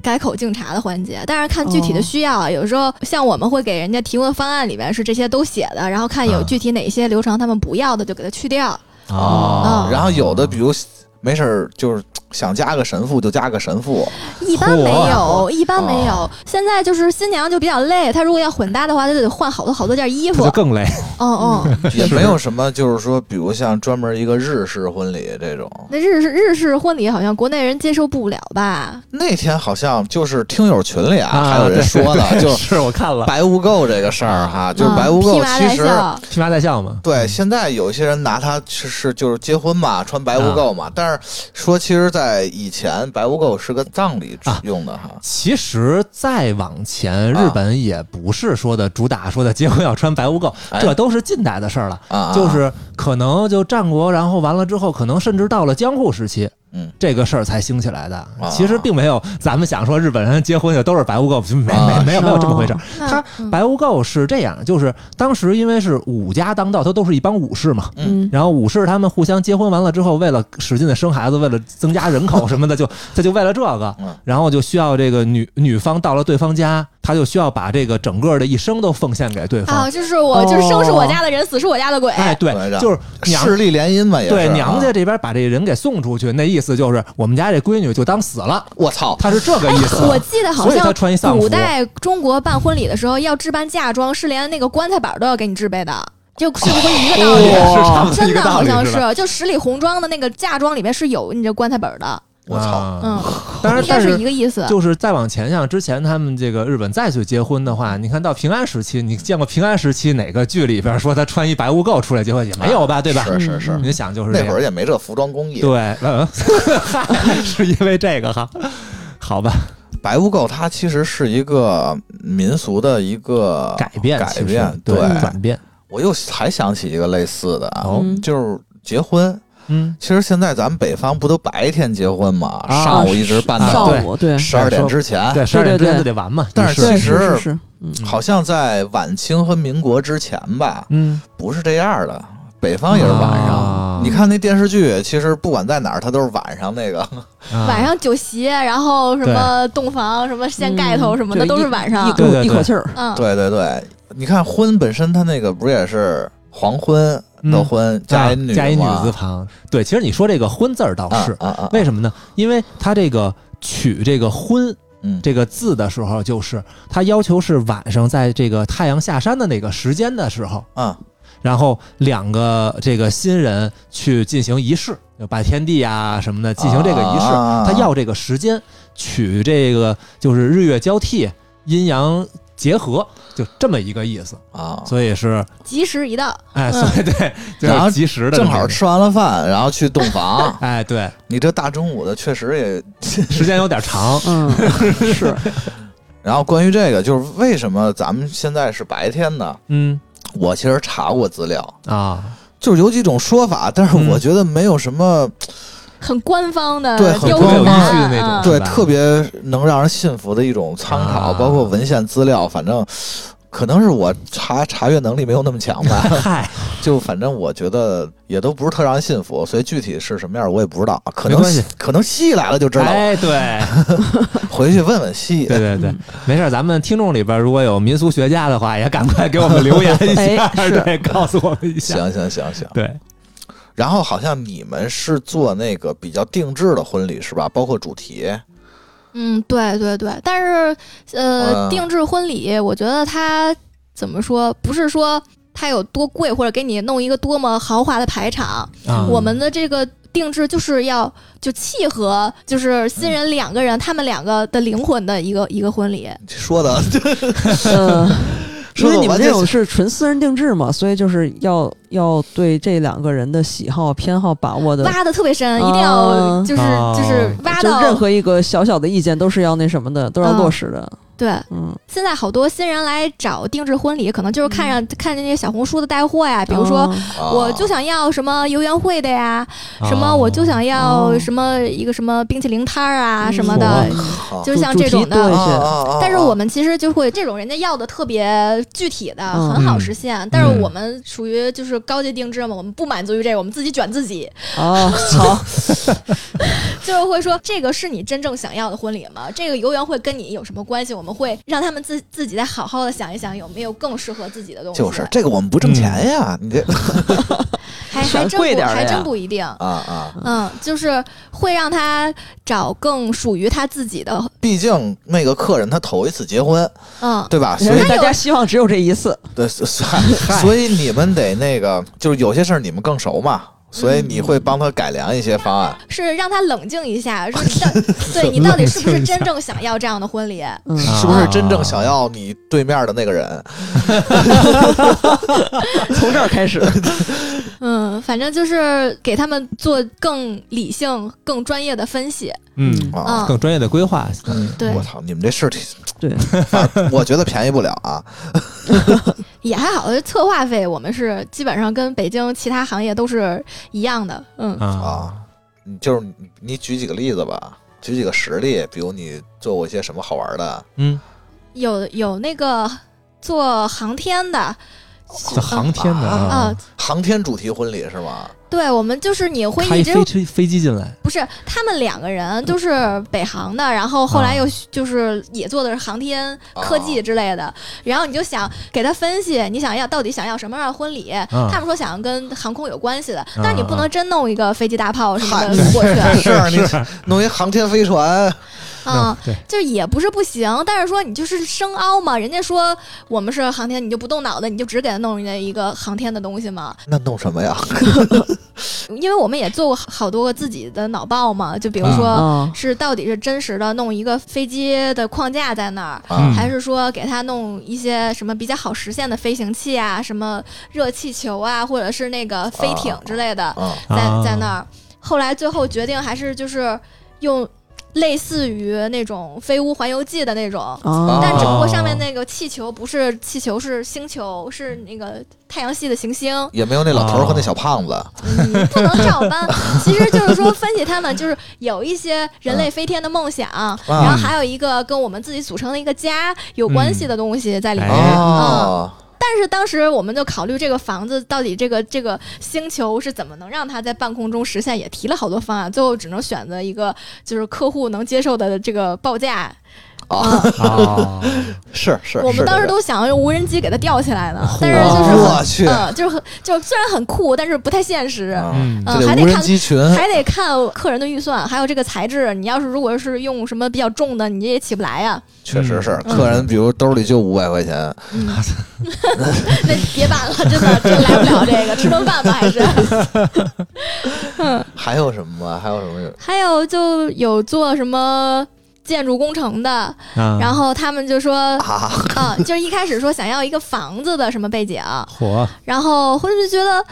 S7: 改口敬茶的环节，但是看具体
S4: 哦
S7: 的需要啊，有时候像我们会给人家提供的方案里面是这些都写的，然后看有
S4: 嗯
S2: 啊
S7: 具体哪些流程他们不要的就给它去掉。嗯
S2: 哦
S6: 然后有的比如没事儿就是想加个神父就加个神
S7: [laughs]
S6: 父，
S7: 一般没
S2: 啊
S7: 有，一般没有
S6: 哦。
S7: 现在就是新娘就比较累，她如果要混搭的话，她就得换好多好多件衣服
S2: 这就。更累，
S7: 嗯嗯，
S6: 也没有什么就是说，比如像专门一个日式婚礼这种。
S7: 那日式日式婚礼好像国内人接受不了吧？
S6: 那天好像就是听友群里啊，
S2: 啊
S6: 还有人说呢，
S2: [laughs]
S6: 就是
S2: 我看了，
S6: [laughs] 白无垢这个事儿哈，就是
S7: 嗯
S6: 白无
S7: 披
S6: 垢
S7: 麻
S6: 其
S7: 戴
S6: 实。
S7: 孝
S2: 披麻戴孝嘛，
S6: 对，现在有一些人拿它是是就是结婚嘛，穿白无
S2: 啊
S6: 垢嘛，但是说其实，在以前白无垢是个葬礼
S2: 啊
S6: 用的哈，
S2: 其实再往前，
S6: 啊
S2: 日本也不是说的主打说的结婚要穿白无垢，
S6: 哎
S2: 这都是近代的事儿了。
S6: 啊啊，
S2: 就是可能就战国，然后完了之后，可能甚至到了江户时期，
S6: 嗯，啊
S2: 这个事儿才兴起来的。其实并没有咱们想说日本人结婚就都是白无垢，没
S6: 啊
S2: 没没有没有这么回事儿。
S7: 那
S2: 他
S7: 嗯
S2: 白无垢是这样，就是当时因为是武家当道，他都是一帮武士嘛，
S3: 嗯
S2: 然后武士他们互相结婚完了之后，为了使劲的生孩子，为了增加人口什么的，就他就为了这个
S6: 嗯，
S2: 然后就需要这个女女方到了对方家，他就需要把这个整个的一生都奉献给对
S7: 啊，
S2: 方。
S7: 就是我就是生是我家的人，死是我家的鬼。
S2: 哦哎，对
S6: 对的，
S2: 就是娘
S6: 势力联姻嘛，也是
S2: 对
S6: 啊
S2: 娘家，这边把这人给送出去，那意思就是我们家这闺女就当死了，
S6: 我操，
S2: 他是这个意思。
S7: 哎我记得好
S2: 所以他穿一丧
S7: 像
S2: 服
S7: 古代中国办婚礼的时候，要置办嫁妆，是连那个棺材板都要给你置备的，这是不是一个
S2: [laughs]
S7: 道理？
S2: 哦
S4: 是差不多一
S7: [laughs] 真
S4: 个
S7: 的
S4: 道
S7: 好
S4: 理
S7: 像
S4: 吧？
S7: 是，就十里红妆的那个嫁妆里面是有你这棺材本的，
S6: 我操，
S2: 啊，
S7: 嗯，
S2: 当然
S7: 应该
S2: 但
S7: 是
S2: 是
S7: 一个意思。
S2: 就是再往前，像之前他们这个日本再去结婚的话，你看到平安时期，你见过平安时期哪个剧里边说他穿一白无垢出来结婚也没有吧？对吧？
S6: 是是是，
S2: 你想就是
S6: 那
S2: 这
S6: 会儿
S2: 样 [laughs]
S6: 也没这服装工艺，
S2: 对，嗯是因为这个哈，好吧，
S6: 白污垢它其实是一个民俗的一个
S2: 改变
S6: 啊改
S2: 其实
S6: 变
S2: 对
S6: 对
S2: 转变，
S6: 我又还想起一个类似的啊，
S2: 哦
S3: 嗯
S6: 就是结婚。
S2: 嗯，
S6: 其实现在咱们北方不都白天结婚吗？
S2: 啊
S6: 上午一直办
S2: 啊
S6: 到
S3: 上午对，
S6: 十二点之前。
S2: 对，十二点之
S3: 对
S2: 前
S3: 对
S2: 就得完嘛，
S6: 但是
S2: 仪式
S3: 对
S6: 其
S3: 是是
S6: 实
S3: 是，嗯，
S6: 好像在晚清和民国之前吧，
S2: 嗯，
S6: 不是这样的。北方也是晚上。
S2: 啊
S6: 你看那电视剧，其实不管在哪儿，它都是晚上那个。
S2: 啊
S7: 晚上酒席，然后什么洞房，什么掀盖头什么的，
S3: 嗯
S7: 都是晚上
S6: 啊
S3: 一。
S2: 对对
S3: 股一口
S2: 对
S3: 气
S6: [laughs]
S3: 儿，
S7: 嗯，
S6: 对对对，你看婚本身，它那个不是也是黄昏的
S2: 嗯
S6: 婚，加一女
S2: 加一女
S6: 吗
S2: 字旁，对，其实你说这个“婚”字儿倒
S6: 啊
S2: 是，
S6: 啊啊！
S2: 为什么呢？因为他这个取这个“婚”
S6: 嗯，
S2: 这个字的时候，就是他要求是晚上在这个太阳下山的那个时间的时候，
S6: 啊，
S2: 然后两个这个新人去进行仪式，就拜天地啊什么的，进行这个仪式，
S6: 啊
S2: 他要这个时间取这个就是日月交替、阴阳结合，就这么一个意思，
S6: 啊，
S2: 所以是
S7: 及时一到，
S2: 哎，
S7: 嗯
S2: 所以对，就是
S6: 然后
S2: 及时的这
S6: 正
S2: 么一
S6: 好
S2: 个，。
S6: 吃完了饭，然后去洞房 [laughs]
S2: 哎，对，
S6: 你这大中午的确实也 [laughs]
S2: 时间有点长，
S3: 嗯，
S2: [laughs]
S3: 是，
S6: 然后关于这个，就是为什么咱们现在是白天呢？
S2: 嗯
S6: 我其实查过资料，
S2: 啊，
S6: 就是有几种说法，但是
S2: 嗯
S6: 我觉得没有什么、
S7: 很官方的
S6: 对很
S7: 标
S6: 官
S7: 准
S6: 方
S2: 有依据的那种
S7: 嗯
S6: 对
S2: 是吧
S6: 特别能让人信服的一种参考，
S2: 啊
S6: 包括文献资料，反正。可能是我查查阅能力没有那么强吧，
S2: 嗨，
S6: 就反正我觉得也都不是特让人信服，所以具体是什么样我也不知道，可能
S2: 没关系
S6: 可能西医来了就知道，
S2: 哎，对，
S6: 回去问问西医。
S2: 对对对，没事儿，咱们听众里边如果有民俗学家的话，也赶快给我们留言一下，
S3: 哎是
S2: 对，告诉我们一下。
S6: 行行行行，
S2: 对，
S6: 然后好像你们是做那个比较定制的婚礼是吧？包括主题，
S7: 嗯，对对对，但是呃，
S2: 啊
S6: 嗯
S7: 定制婚礼，我觉得它怎么说，不是说它有多贵，或者给你弄一个多么豪华的排场，
S2: 啊，
S7: 我们的这个。定制就是要就契合，就是新人两个人、他们两个的灵魂的一个一个婚礼。
S6: 说的
S3: 呃，因
S6: 说
S3: 为
S6: 的
S3: 你
S6: 完
S3: 们
S6: 全
S3: 这种是纯私人定制嘛，所以就是要要对这两个人的喜好偏好把握的，
S7: 挖的特别深，
S3: 哦
S7: 一定要就是、
S2: 哦
S7: 就是挖
S3: 就
S7: 到
S3: 任何一个小小的意见都是要那什么的，都要
S7: 嗯
S3: 落实的，
S7: 对。
S3: 嗯，
S7: 现在好多新人来找定制婚礼，可能就是看上、看见那些小红书的带货呀，比如说
S3: 嗯哦
S7: 我就想要什么游园会的呀，什么我就想要
S3: 哦
S7: 什么一个什么冰淇淋摊儿啊
S3: 嗯
S7: 什么的，
S6: 好哦
S7: 就是像这种
S3: 主题对
S7: 的。
S3: 啊啊
S7: 但是我们其实就会这种人家要的特别具体的，
S3: 嗯
S7: 很好实现。但是我们属于就是高级定制嘛，我们不满足于这个，我们自己卷自己，
S3: [laughs] 哦，好，
S7: 就是会说这个是你真正想要的婚礼吗？这个游园会跟你有什么关系？我们会让他们自自己再好好的想一想，有没有更适合自己的东西。
S6: 就是这个我们不挣钱呀，你 [laughs] 这
S7: 还还真
S3: 贵
S7: 不
S3: 点儿的
S7: 还
S3: 呀
S7: 真不一定。
S6: 啊啊，
S7: 嗯，就是会让他找更属于他自己的，
S6: 毕竟那个客人他头一次结婚，
S7: 嗯，
S6: 对吧？所
S3: 所
S6: 以
S3: 以大家希望只有这一次，
S6: 对，所所所以你们得那个，就是有些事儿你们更熟嘛，所以你会帮他改良一些方案。
S7: 是让他冷静一下，说
S3: [laughs]
S7: 你到对你到底是不是真正想要这样的婚礼？
S3: 嗯，
S6: 是不是真正想要你对面的那个人？
S3: 从这儿开始，
S7: 嗯，反正就是给他们做更理性、更专业的分析。
S2: 嗯
S6: 啊，嗯
S7: 嗯
S2: 更专业的规划，
S7: 对
S6: 我，操，你们这事儿挺，
S3: [laughs] 对，
S6: 我觉得便宜不了啊。
S7: 也还好，呃策划费我们是基本上跟北京其他行业都是一样的。嗯，
S2: 啊，
S6: 啊，你就是你你举几个例子吧，举几个实例，比如你做过一些什么好玩的
S2: 嗯，
S7: 有有那个做航天的，
S2: 这航天的
S7: 嗯
S2: 啊
S7: 啊，，
S6: 航天主题婚礼是吗？
S7: 对我们就是你会
S2: 开
S7: 一
S2: 一
S7: 直
S2: 飞机飞机进来，
S7: 不是他们两个人都是北航的，然后后
S2: 啊
S7: 来又就是也做的是航天科技之类的，然后你就想给他分析你想要到底想要什么样的婚礼。
S2: 啊
S7: 他们说想要跟航空有关系的，但是你不能真弄一个飞机大炮什么
S6: 嗨
S7: 的
S2: [laughs]
S7: 过去，
S6: 哎是你弄一航天飞船，
S7: 嗯，
S2: 对，
S7: 就是也不是不行，但是说你就是生凹嘛，人家说我们是航天，你就不动脑子，你就只给他弄人家一个航天的东西嘛。
S6: 那弄什么呀？
S7: 因为我们也做过好多个自己的脑爆嘛，就比如说。
S3: 啊，
S7: 是到底是真实的弄一个飞机的框架在那儿，
S6: 啊
S2: 嗯
S7: 还是说给它弄一些什么比较好实现的飞行器啊，什么热气球啊，或者是那个飞艇之类的，
S6: 啊
S7: 在
S2: 啊
S7: 在那儿。后来最后决定还是就是用类似于那种《飞屋环游记》的那种，
S3: 啊，
S7: 但只不过上面那个气球不是气球，是星球，是那个太阳系的行星。
S6: 也没有那老头儿和那小胖子。
S7: 嗯，不能照
S6: [laughs]
S7: 搬。其实就是说，分析他们就是有一些人类飞天的梦想，
S2: 嗯
S7: 然
S6: 啊
S7: 后还有一个跟我们自己组成的一个家有关系的东西在里面。
S2: 嗯哎
S6: 哦，
S7: 但是当时我们就考虑这个房子到底这个这个星球是怎么能让它在半空中实现，也提了好多方案，最后只能选择一个就是客户能接受的这个报价。
S2: 哦 [laughs]
S7: 嗯
S2: 啊，
S6: 是是，
S7: 我
S6: 是
S7: 们当时
S6: 这个
S7: 都想用无人机给它吊起来呢，但是
S2: 哇
S7: 就是很
S6: 我去，
S7: 嗯，就是很就虽然很酷，但是不太现实。
S6: 啊
S2: 嗯
S6: 这
S7: 嗯还
S6: 得
S7: 得
S6: 无人
S7: 看
S6: 机群，
S7: 还得看客人的预算，还有这个材质。你要是如果是用什么比较重的，你也起不来啊呀、
S6: 确实是
S7: 嗯
S6: 客人，比如兜里就五百块钱，
S7: 嗯，那别办了，真的，真来不了这个，吃顿饭吧，
S6: [laughs]
S7: 还是。
S6: 还有什么吗？啊还有什么？
S7: 还有就有做什么建筑工程的，然
S2: 然
S7: 后他们就说
S6: 嗯啊，
S7: 啊，就是一开始说想要一个房子的什么背景，
S2: 火
S7: 然后或者就觉得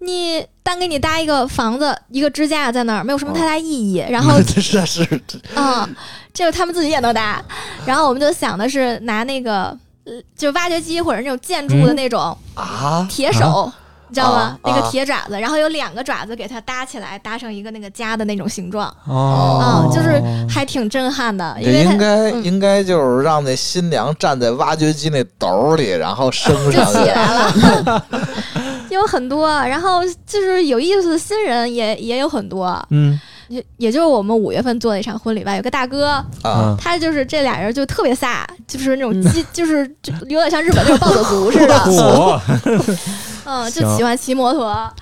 S7: 你单给你搭一个房子一个支架在那儿没有什么太大意义，然后
S6: 这哦 [laughs] 是是
S7: [laughs] 啊，这个他们自己也能搭。然后我们就想的是拿那个，呃就是挖掘机或者那种建筑
S6: 嗯
S7: 的那种
S6: 啊，
S7: 铁手，你知道吗？
S6: 啊
S7: 那
S6: 啊
S7: 个铁爪子，然后有两个爪子给它搭起来，搭成一个那个家的那种形状，
S2: 哦
S7: 嗯，就是还挺震撼的，因
S6: 也
S7: 为它
S6: 应该
S7: 嗯
S6: 应该就是让那新娘站在挖掘机那斗里，然后升
S7: 就
S6: 上
S7: 起
S6: 去。
S7: 来了。
S6: [laughs]
S7: [laughs] 有很多，然后就是有意思的新人也也有很多，
S2: 嗯
S7: 也也就是我们五月份做的一场婚礼吧，有个大哥，
S2: 嗯
S6: 啊，
S7: 他就是这俩人就特别飒，就是那种
S6: 嗯
S7: 激，就是就有点像日本那种暴走
S6: [laughs]
S7: 族似的，
S6: 哦
S2: 火
S7: 嗯，就喜欢骑摩托，
S2: 啊，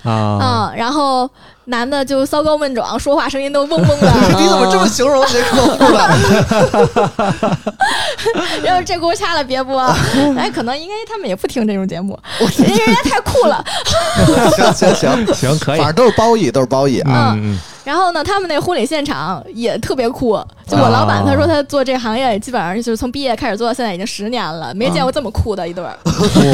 S7: 嗯，然后男的就骚高闷壮，说话声音都嗡嗡的，
S2: [laughs]
S6: 你怎么这么形容这客户 [laughs] 的？
S7: 要是这锅掐了别
S2: [laughs]
S7: 播，哎，可能应该他们也不听这种节目，因为人家太酷了。
S6: 行行行，
S2: 行可以
S6: 反，正都是褒义，都是褒义啊。
S2: 嗯嗯
S7: 然后呢，他们那婚礼现场也特别酷，就我
S2: 啊
S7: 老板他说他做这行业基本上就是从毕业开始做到现在已经十年了，没见过这么酷的一对儿。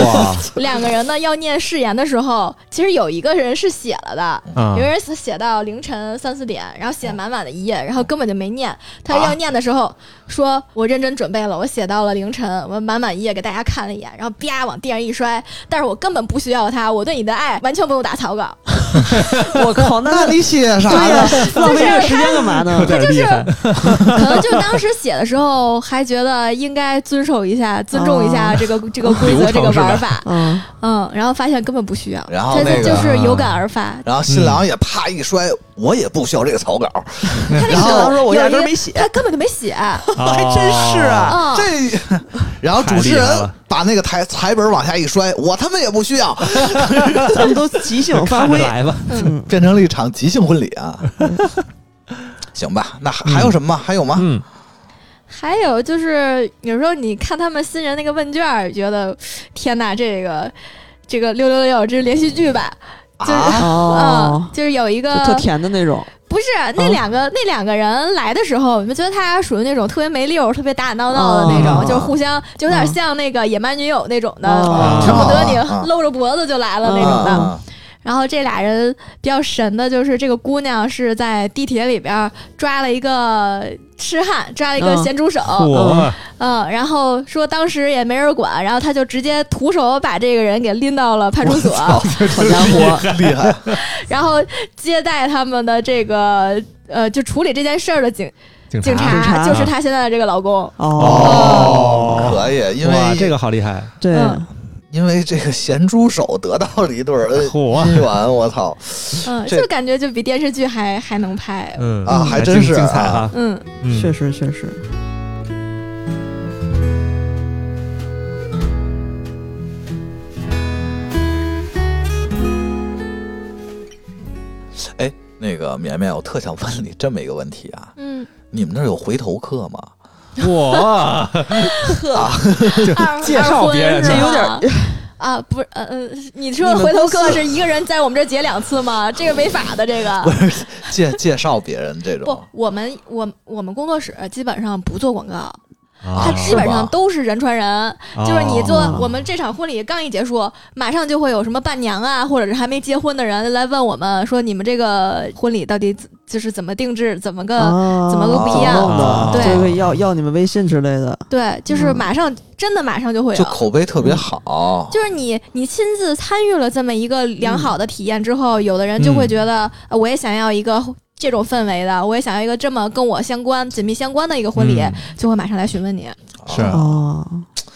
S2: 哇
S7: [laughs] 两个人呢要念誓言的时候，其实有一个人是写了的，
S2: 啊
S7: 有人是写到凌晨三四点，然后写满满的一页，然后根本就没
S2: 啊
S7: 念。他要念的时候说：“我认真准备了，我写到了凌晨，我满满一页给大家看了一眼，然后啪往地上一摔。但是我根本不需要他，我对你的爱完全不用打草
S2: [laughs]
S7: 稿。
S3: 哦我靠，
S6: 那
S3: 那
S6: 你写啥
S3: 对呀
S6: 呢？，
S3: 浪费这时间干嘛呢
S2: 有？点厉害，
S7: [laughs] 可能就当时写的时候还觉得应该遵守一下、尊重一下这个、这个规则、
S2: 啊流程
S7: 这个
S2: 是吧
S7: 玩法。
S3: 嗯，
S7: 嗯，然后发现根本不需要，
S6: 然后
S7: 他
S6: 那个
S7: 就是有感
S2: [laughs]
S7: 而发。
S6: 然后新郎也啪一摔，我也不需要这个草稿。
S7: 他那
S6: 然后
S7: 个
S6: 他
S3: 说我
S7: 有
S3: 压根儿
S7: 一个
S3: 没写
S7: 他根本就没写。
S2: [laughs]
S3: 哦
S6: 还真是啊，
S7: 哦
S6: 这。 [laughs] 然后主持
S2: 太厉害
S6: 人
S2: 了
S6: 把那个台台本往下一摔，我他妈也不需要，
S3: 咱们都即兴发
S2: 看着
S3: 挥，
S2: 来吧，
S6: [laughs] 变成了一场即兴婚礼啊。 [laughs] 行吧，那还还有什么吗？还有吗？
S2: 嗯
S7: 还有就是，有时候你看他们新人那个问卷儿，觉得天呐，这个这个六六六，这是连续剧吧？就是、
S3: [laughs]
S6: 啊，
S3: 哦
S7: 嗯，，就是有一个
S3: 就特嗯甜的那种，
S7: 不是那两个、那两个人来的时候，你们觉得他俩属于那种特别没溜儿、特别打打闹闹的那种，
S3: 哦
S7: 就是互相就有点
S3: 嗯
S7: 像那个野蛮女友那种的，
S3: 哦
S7: 恨不得你
S6: 啊
S7: 搂着脖子就来了那种的。
S6: 啊
S7: 然后这俩人比较神的就是，这个姑娘是在地铁里边儿抓了一个痴汉，抓了一个
S3: 嗯
S7: 咸猪手，
S2: 火
S7: 嗯，然后说当时也没人管，然后他就直接徒手把这个人给拎到了派出所，
S3: 好家伙，
S6: 啊 [laughs] 厉害！
S7: 然后接待他们的这个呃，就处理这件事儿的警
S2: 警
S7: 警察，
S3: 警察
S7: 就是她现在的这个老公。
S3: 哦，
S6: 可以，因
S2: 哇
S6: 为
S2: 这个好厉害，
S3: 对，
S7: 嗯
S6: 因为这个咸猪手得到了一对儿
S2: 嚯
S6: 姻缘，我操
S7: 嗯，
S6: 这
S7: 就感觉就比电视剧还还能拍。
S2: 嗯
S6: 啊，还真是
S2: 精彩
S6: 啊！
S2: 啊，
S7: 嗯，
S2: 嗯
S3: 确实确实，
S6: 那个绵绵，我特想问你这么一个问题啊，
S7: 嗯，
S6: 你们那儿有回头客吗？
S2: 哇，
S7: [laughs] 二
S2: 啊介绍别人
S7: 二婚是吗
S3: 这有点
S7: 啊，不是，呃呃，你说的回头客是一个人在我们这儿结两次吗？这个违法的，这个
S6: 不是介介绍别人这
S7: 不
S6: 种，
S7: 我们我我们工作室基本上不做广告，它基本上都是人传人，就是你做
S3: 哦
S7: 我们这场婚礼刚一结束，马上就会有什么伴娘啊，或者是还没结婚的人来问我们说，你们这个婚礼到底怎就是怎么定制，怎么个
S3: 啊
S7: 怎么个不一
S3: 怎
S7: 样
S3: 么弄的
S2: 啊
S7: 对
S3: 这个要要你们微信之类的，
S7: 对，就是马上真的马上就会
S6: 就
S7: 有。
S6: 口碑特别好。
S7: 就是你，你亲自参与了这么一个良好的体验之后，有的人就会觉得，呃我也想要一个这种氛围的，我也想要一个这么跟我相关、紧密相关的一个婚礼，就会马上来询问你。
S4: 是
S3: 哦，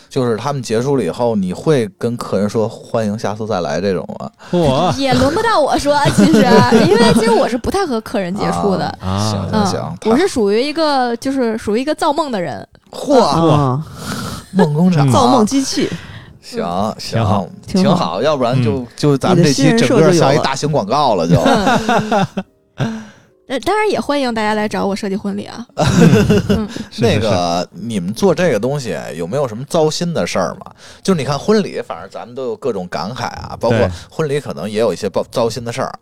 S6: 就是他们结束了以后，你会跟客人说欢迎下次再来这种吗？
S4: 我
S7: [laughs] 也轮不到我说，其
S6: [laughs]
S7: 实，因为其实我是不太和客人接触的。
S4: 啊
S6: 行
S7: 嗯
S6: 行啊行，，
S7: 我是属于一个就是属于一个造梦的人，
S6: 嚯，
S3: 啊，
S6: 梦
S2: 嗯
S6: 工厂
S3: 造梦机器，
S6: 行
S4: 挺好嗯
S6: 行
S3: 挺
S6: 挺
S3: 好
S6: 好，要不然就就咱
S3: 你
S6: 们
S3: 的
S6: 这
S3: 新
S6: 期
S3: 人
S6: 整
S3: 设
S6: 个
S3: 就有
S6: 像一
S3: 了
S6: 大型广告
S7: [laughs]
S6: 了，就
S7: 嗯呃，当然也欢迎大家来找我设计婚礼啊。
S6: 那个你们做这个东西有没有什么糟心的事儿吗？就是你看婚礼，反正咱们都有各种感慨啊，包括
S4: 对
S6: 婚礼可能也有一些糟糟心的事儿啊。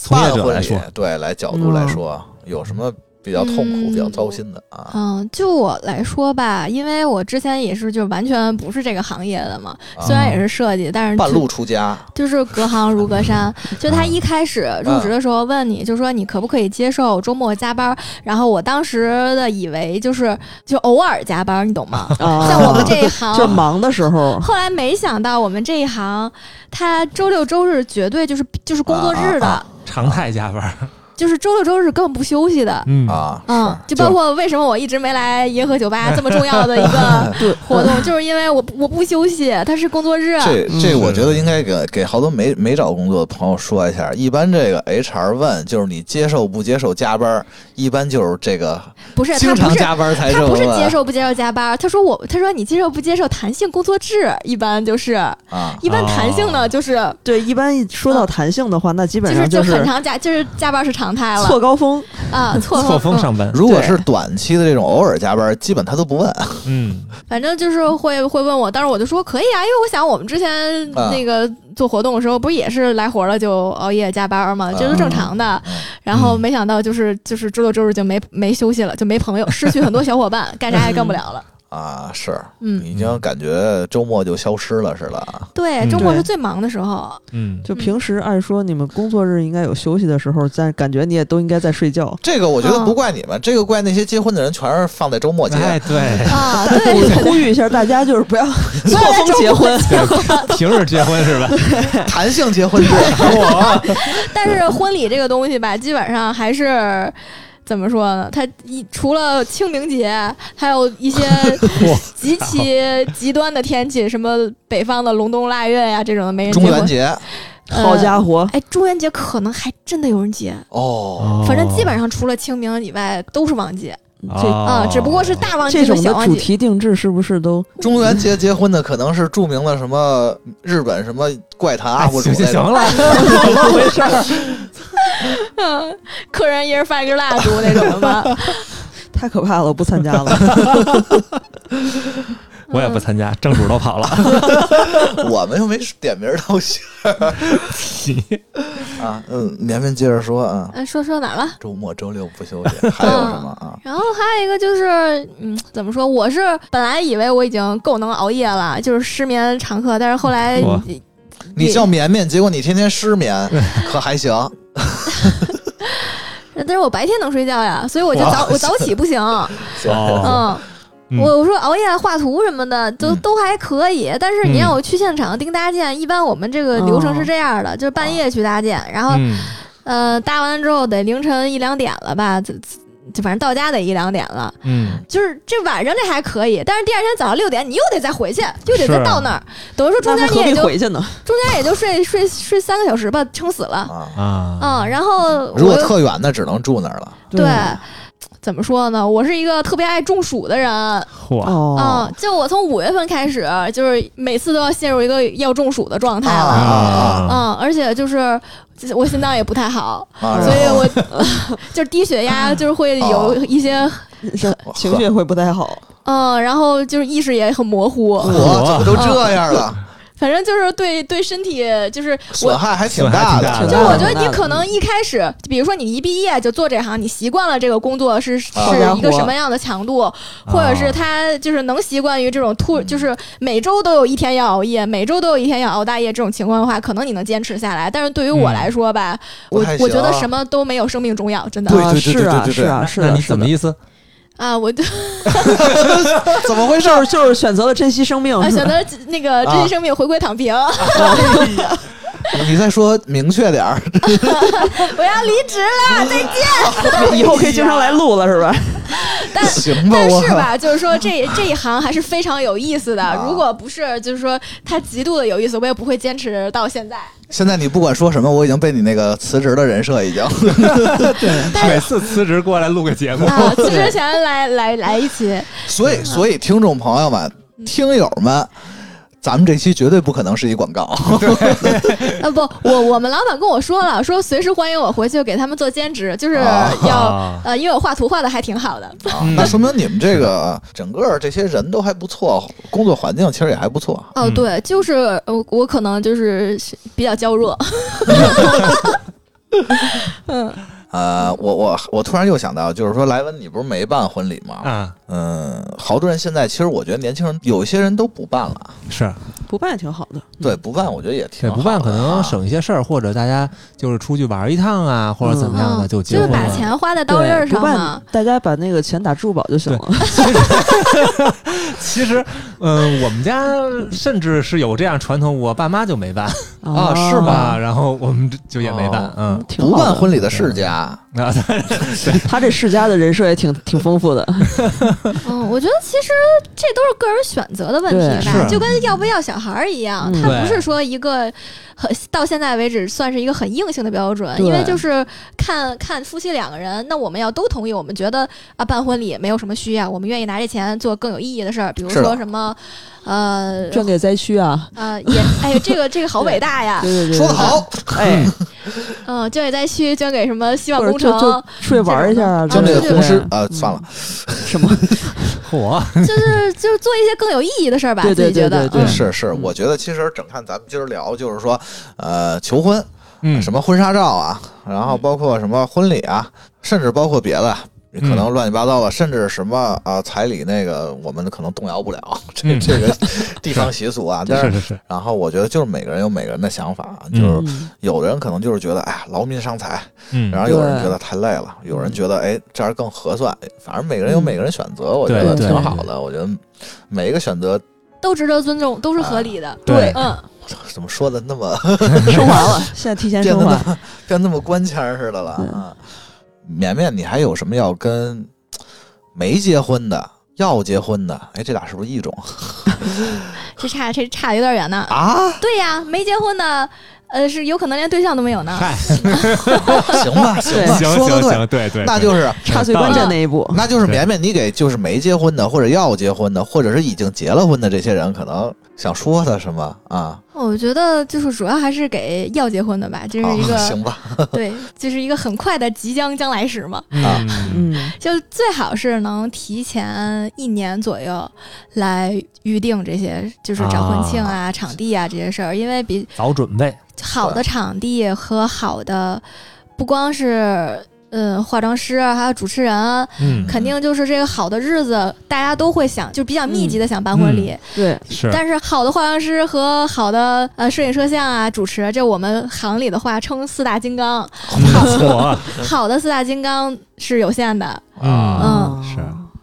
S4: 从业者
S6: 办婚
S4: 来
S6: 礼
S4: 说，
S6: 对来角度来说，有什么比较痛苦、
S7: 嗯
S6: 比较糟心的啊？
S7: 嗯，就我来说吧，因为我之前也是就完全不是这个行业的嘛，
S6: 啊
S7: 虽然也是设计，但是
S6: 半
S7: 就
S6: 路嗯出家，
S7: 就是隔行如隔山。就他一开始
S6: 嗯
S7: 入职的时候问你，就说你可不可以接受周末加班？然后我当时的以为就是就偶尔加班，你懂吗？ [laughs] 像
S3: 像
S7: 我们这一行，
S3: 啊 [laughs] 就忙的时候，
S7: 后来没想到我们这一行，他周六周日绝对就是就是工作日的，
S6: 啊
S2: 常态加班，
S7: 就是周六周日根本不休息的。
S2: 嗯
S6: 啊，
S7: 嗯，
S6: 是
S7: 就包括为什么我一直没来银河酒吧这么重要的一个
S3: 对，
S7: 活动，就是因为我不我不休息，它是啊工作日。
S6: 这
S3: 嗯
S6: 这，我觉得应该给给好多没没找工作的朋友说一下。一般这个 HR 问就是你接受不接受加班，一般就是这个
S7: 不是，他
S6: 经常
S7: 不是
S6: 加班才
S7: 他
S6: 这
S7: 不
S6: 么
S7: 是接
S6: 问
S7: 受不接受加班，他说我他说你接受不接受弹性工作制，一般就是
S6: 啊。
S7: 一般弹性呢就是
S3: 对，一般一说到弹性的话，那基
S7: 就
S3: 本
S7: 是
S3: 上
S7: 嗯就是很常加就是加班是常态
S3: 错
S7: 了
S3: 高峰，
S7: 啊，错
S2: 错峰
S7: 嗯
S2: 上班，
S6: 如果是短期的这种偶尔加班，基本他都不问。
S4: 嗯，
S7: 反正就是会会问我，当时我就说可以啊，因为我想我们之前
S6: 啊
S7: 那个做活动的时候，不是也是来活了就熬夜加班嘛，这都正常的
S6: 嗯。
S7: 然后没想到就是就是周六周日就没没休息了，就没朋友，失去很多小伙伴，干啥也干不了了。
S6: 啊，是，
S7: 嗯，
S6: 已经感觉周末就消失了似的啊。
S7: 对，周末是最忙的时候。
S4: 嗯，
S3: 就平时按说你们工作日应该有休息的时候，但感觉你也都应该在睡觉。
S6: 这个我觉得
S7: 嗯
S6: 不怪你们，这个怪那些结婚的人全是放在周末结。
S4: 哎，
S2: [laughs]
S4: 对，
S7: 啊， [laughs] 对对
S3: 我呼吁一下大家，就是不
S7: [laughs]
S3: 要错峰结婚，
S4: 平日结婚是吧？
S6: 弹性结婚制，
S7: 但是婚礼这个东西吧，基本上还是怎么说呢？它一除了清明节，还有一些极其极端的天气，什么北方的隆冬腊月呀、这种的没人结
S6: 中元
S7: 婚。
S6: 节
S3: [laughs]
S7: 呃
S3: 好家伙，
S7: 哎，中元节可能还真的有人结，
S6: 哦，
S7: 反正基本上除了清明以外都是旺季
S6: 嗯
S3: 这
S7: 啊、只不过是大旺
S3: 哦这
S7: 季和
S3: 种的
S7: 小旺
S3: 主
S7: 季。
S3: 题定制是不是都
S6: 中元节结婚的可能是著名的什么日本什么怪谈啊
S4: 哎
S6: UP 主
S4: 行行
S6: 那
S4: 行
S6: 种。
S4: 了，
S3: 怎么回事？
S7: 嗯， [laughs] 客人一人放一根蜡烛那种
S3: [laughs]
S7: 的吧。
S3: 太可怕了，我不参加
S7: [laughs]
S3: 了。
S2: 我也不参加，正主都跑了。
S6: 我们又没点名道
S4: [laughs]
S6: 姓儿啊。嗯，年年接着说啊，
S7: 嗯，说说哪儿了？
S6: 周末、周六不休息，还有
S4: 嗯
S6: 什么啊？
S7: 然后还有一个就是，嗯，怎么说？我是本来以为我已经够能熬夜了，就是失眠常客，但是后来
S4: 哇
S6: 你叫绵绵，结果你天天失眠，可还行？
S7: 但是我白天能睡觉呀，所以我就早
S6: 哇
S7: 我早起不行，
S4: 哦，
S7: 嗯。
S4: 嗯
S7: 我我说熬夜画图什么的都、
S6: 嗯
S7: 都还可以，但是你
S4: 嗯
S7: 让我去现场订搭建，一般我们这个流程是这样的，就是半夜去搭建，然后、
S4: 哦嗯，
S7: 呃搭完了之后得凌晨一两点了吧，就就反正到家得一两点了，
S2: 啊
S4: 嗯，
S7: 就是这晚上这还可以，但是第二天早上六点你又得再回去，又得
S4: 是
S7: 再
S4: 啊
S7: 到那儿，等于说中
S3: 那
S7: 间
S3: 是
S7: 你
S3: 何
S7: 也
S3: 必
S7: 就
S3: 回去呢？
S7: 中间也就睡睡睡三个小时吧，撑死了。
S6: 啊，
S4: 啊，
S7: 嗯，然后
S6: 如果
S7: 我又
S6: 特远的，只能住那儿了。
S7: 对怎么说呢？我是一个特别爱中暑的人，
S4: 嚯，
S3: 哦，
S7: 嗯，就我从五月份开始，就是每次都要陷入一个要中暑的状态了，
S4: 啊，
S7: 嗯，而且就是就是我心脏也不太好，
S6: 啊，
S7: 所以我 [laughs] 就是低血压，就是会有一些，
S3: 是情绪也会不太好。啊
S7: 嗯，然后就是意识也很模糊，
S6: 我
S7: [laughs]
S6: 怎么都这样了？
S7: 反正就是对对身体，就是我
S6: 损害还挺大的，
S7: 就我觉得你可
S6: 嗯
S7: 能一开始，比如说你一毕业就做这行，你习惯了这个工作是是
S6: 啊
S7: 一个什么样的强度，或者是他就是能习惯于这种
S6: 嗯
S7: 突，就是每周都有一天要熬夜，每周都有一天要熬大夜这种情况的话，可能你能坚持下来。但是对于我来说吧，
S6: 嗯不
S7: 我
S6: 太
S7: 我觉得
S6: 行啊
S7: 什么都没有生命重要，真的
S6: 对
S3: 啊
S6: 对对
S3: 是啊，
S6: 对对对
S3: 是啊，是
S2: 那
S3: 啊，
S2: 你
S3: 是
S2: 怎
S3: 的
S2: 么意思？
S7: 啊，我就
S6: 怎么回事？
S3: [laughs] 就是就是选择了珍惜生命，
S7: 啊
S3: 是吧
S6: [laughs]
S7: 选择那个珍惜生命，回归躺平，
S6: 啊你再说明确点儿，
S7: [laughs] 我要离职
S6: 嗯
S7: 了，再
S3: [laughs]
S7: 见。
S3: 以后可以经常来录了，是
S7: [laughs]
S3: 吧？
S6: 行吧？
S7: 但
S6: 我
S7: 是吧，就是说这这一行还是非常有意思的。如果不是，就是说它极度的有意思，我也不会坚持到现在。
S6: 现在你不管说什么，我已经被你那个辞职的人设
S7: [laughs]
S6: 已经
S4: 每次辞职过来录个节目，
S7: 啊，辞职前来 [laughs] 来来一期，
S6: 所
S7: 嗯
S6: 以，所以听众朋友们、听友们，咱们这期绝对不可能是一广告。
S7: 啊不，我我们老板跟我说了，说随时欢迎我回去给他们做兼职，就是
S6: 啊
S7: 要、呃，因为我画图画的还挺好的。
S6: 啊 [laughs] 那说明你们这个整个这些人都还不错，工作环境其实也还不错。
S7: 哦，对，就是我我可能就是比较娇弱，
S6: 呃，我我我突然又想到，就是说莱文，你不是没办婚礼吗？
S4: 啊，
S6: 嗯，好多人现在其实我觉得年轻人有些人都不办了，
S2: 是
S3: 不办也挺好的，
S6: 对，不办我觉得也挺
S2: 对，
S6: 好
S2: 不办可
S6: 的
S2: 能
S6: 啊
S2: 省一些事儿，或者大家就是出去玩一趟啊，或者怎么样的
S7: 嗯
S2: 就
S7: [laughs] 就
S2: 结
S7: 是
S2: 婚
S7: 把
S2: 了。
S7: 钱花在刀
S3: 对
S7: 刃上
S3: 不办
S7: 嘛。
S3: 大家把那个钱打支付宝就行了。
S2: 其实，嗯，我们家甚至是有这样传统，我爸妈就没办
S3: 啊
S6: 是吧
S2: 啊，然后我们就也没办
S6: 哦，
S2: 嗯，
S3: 挺
S6: 不
S3: 好
S6: 办
S3: 的。
S6: 婚礼的世家，
S2: 那
S3: 他这世家的人设也挺挺丰富的，
S7: [laughs] 嗯，我觉得其实这都是个人选择的问题
S2: 对
S7: 吧，
S2: 是
S7: 就跟要不要小孩儿一样，
S3: 嗯
S7: 它
S2: 对
S7: 不是说一个很到现在为止算是一个很硬性的标准，
S3: 对
S7: 因为就是看看夫妻两个人，那我们要都同意，我们觉得啊办婚礼没有什么需要，我们愿意拿这钱做更有意义的事儿，比如
S6: 是的
S7: 说什么，呃
S3: 捐给灾区啊。
S7: 呃也哎呀，这个这个好伟大呀，
S3: 对对对，
S6: 说得好，
S3: 哎，
S7: 嗯，捐给灾区，捐给什么希望
S3: 或者
S7: 工
S3: 就就
S7: 程，
S3: 出去玩一下啊，
S6: 就
S7: 捐
S6: 那个
S7: 对
S6: 红
S3: 对
S6: 狮啊，
S3: 嗯
S6: 算了，
S3: 什么
S2: 嚯，
S7: 就是就是做一些更有意义的事儿吧，
S3: [laughs] 对对
S7: 自己觉
S3: 对
S7: 得
S3: 对
S7: 嗯
S3: 对
S6: 是是，我觉得其实整看咱们今儿聊，就是说，呃，求婚，呃
S4: 嗯
S6: 什么婚纱照啊，
S2: 嗯
S6: 然后包括什么婚礼啊，甚至包括别的，
S2: 嗯
S6: 可能乱七八糟的，甚至什么啊、彩礼那个，我们可能动摇不了， [laughs] 这
S4: 嗯
S6: 这个地方习
S2: [laughs]
S6: 俗啊。但
S4: 是
S6: 是，
S4: 是是，
S6: 然后我觉得就是每个人有每个人的想法，啊就
S4: 嗯
S6: 是
S3: 嗯
S6: 有的人可能就是觉得，哎呀，劳民伤财，
S4: 嗯
S6: 然后有人
S3: 对
S6: 觉得太累了，有人觉得哎这样更合算，反正每个人
S3: 嗯
S6: 有每个人选择，我觉
S4: 对
S6: 得
S4: 对
S6: 挺好的。我觉得每一个选择
S7: 都值得尊重，都是合理的，
S4: 对
S7: 嗯。
S6: 怎么说的那么
S3: 升华了，嗯现在提
S6: [laughs]
S3: 前
S6: 变
S3: 升
S6: 得
S3: 华
S6: 那。么变得那么官腔儿似的了
S3: 对
S6: 啊。绵绵，你还有什么要跟没结婚的、要结婚的？哎，这俩是不是一种
S7: 这差这差的有点远呢。
S6: 啊？
S7: 对呀，没结婚的，呃，是有可能连对象都没有呢。
S4: 嗨，
S6: 行
S3: [laughs]
S6: 吧，行吧，
S4: 行
S6: 说的
S4: 行
S6: 对，
S4: 行，对对，
S6: 那
S4: 对 [laughs]
S6: 就是
S3: 插最关键那一步，
S6: 那就是
S4: 对
S6: 绵绵，你给就是没结婚的，或者要结婚的，或者是已经结了婚的这些人，可能想说的什么啊？
S7: 我觉得就是主要还是给要结婚的吧，这嗯是一
S6: 好
S7: 个
S6: 啊行吧，
S7: 对，就是一个很快的即将将来时嘛，
S6: 啊
S4: 嗯
S3: 嗯，
S7: 就最好是能提前一年左右来预定这些，就是找婚庆啊、场地啊这些事儿，因为比
S2: 早准备，
S7: 好的场地和好的不光是。嗯，化妆师啊还有主持人啊，
S4: 嗯
S7: 肯定就是这个好的日子，大家都会想，就比较密
S6: 嗯
S7: 集的想办婚礼。
S3: 对，
S4: 是
S7: 但是好的化妆师和好的呃摄影摄像啊主持，这我们行里的话称四大金刚。
S4: 我
S7: [laughs] 好的四大金刚是有限的，
S4: 啊，
S7: 嗯
S4: 是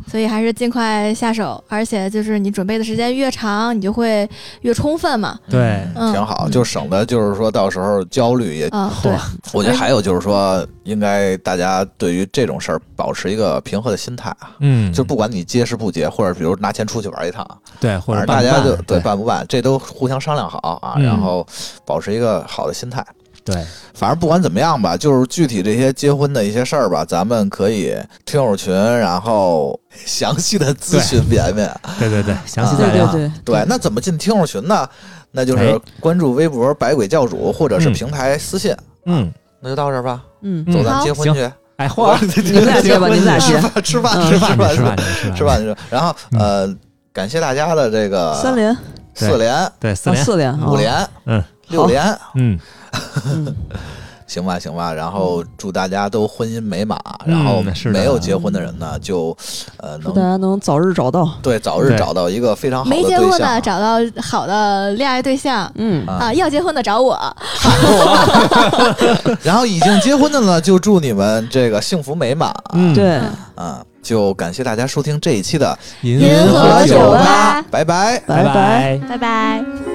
S7: 所以还是尽快下手。而且就是你准备的时间越长，你就会越充分嘛。
S2: 对
S7: 嗯
S6: 挺好，就省得就是说到时候焦虑也。
S7: 嗯，对，
S6: 我觉得还有就是说，应该大家对于这种事儿保持一个平和的心态啊，
S2: 嗯
S6: 就不管你结识不结，或者比如拿钱出去玩一趟，啊
S2: 对，或
S6: 反
S2: 者
S6: 正大家就
S2: 对
S6: 办不办，这都互相商量好啊，
S2: 嗯
S6: 然后保持一个好的心态。
S2: 对，
S6: 反正不管怎么样吧，就是具体这些结婚的一些事儿吧，咱们可以听友群，然后详细的咨询绵绵。
S2: 对对对，详细
S6: 啊
S2: 再
S3: 对
S2: 聊
S3: 对。对，
S6: 对，那怎么进听友群呢？那就是
S2: 哎
S6: 关注微博“百鬼教主”或者是平台私信。
S2: 嗯，
S6: 那就到这儿吧，
S3: 嗯，
S6: [laughs] 走，咱们
S7: 好
S6: 结婚去。
S2: 哎，嚯，
S6: [laughs]
S3: 你们俩接吧，你们俩接
S6: 吃，饭，吃饭，
S3: 嗯
S2: 吃
S6: 吃饭，
S2: 饭嗯
S6: [laughs]
S2: 去吃
S6: 吃饭，吃
S2: 饭
S6: 饭，
S2: 去吃饭去
S6: 吃饭去。然后呃，感谢大家的这个
S3: 三连，
S2: 对
S6: 四连、
S2: 对，四
S3: 啊
S2: 连，
S3: 四连啊
S6: 五连、
S2: 嗯
S6: 六连，
S2: 嗯，
S6: 行吧，行吧。然后祝大家都婚姻美满，然后
S2: 嗯是的
S6: 没有结婚的人呢，就呃
S3: 祝大
S6: 能
S3: 家能早日找到。
S6: 对早日
S2: 对
S6: 找到一个非常好的
S7: 没
S6: 对
S7: 结婚的
S6: 象。啊
S7: 找到好的恋爱对象
S3: 嗯，
S7: 啊，要结婚的找我。
S6: 然后已经结婚的呢，就祝你们这个幸福美满。
S2: 嗯
S3: 对，
S6: 啊，就感谢大家收听这一期的
S2: 银
S7: 银
S6: 河
S7: 河
S6: 酒
S7: 酒
S6: 吧
S7: 吧，
S6: 拜拜。
S3: 拜
S2: 拜。
S7: 拜拜。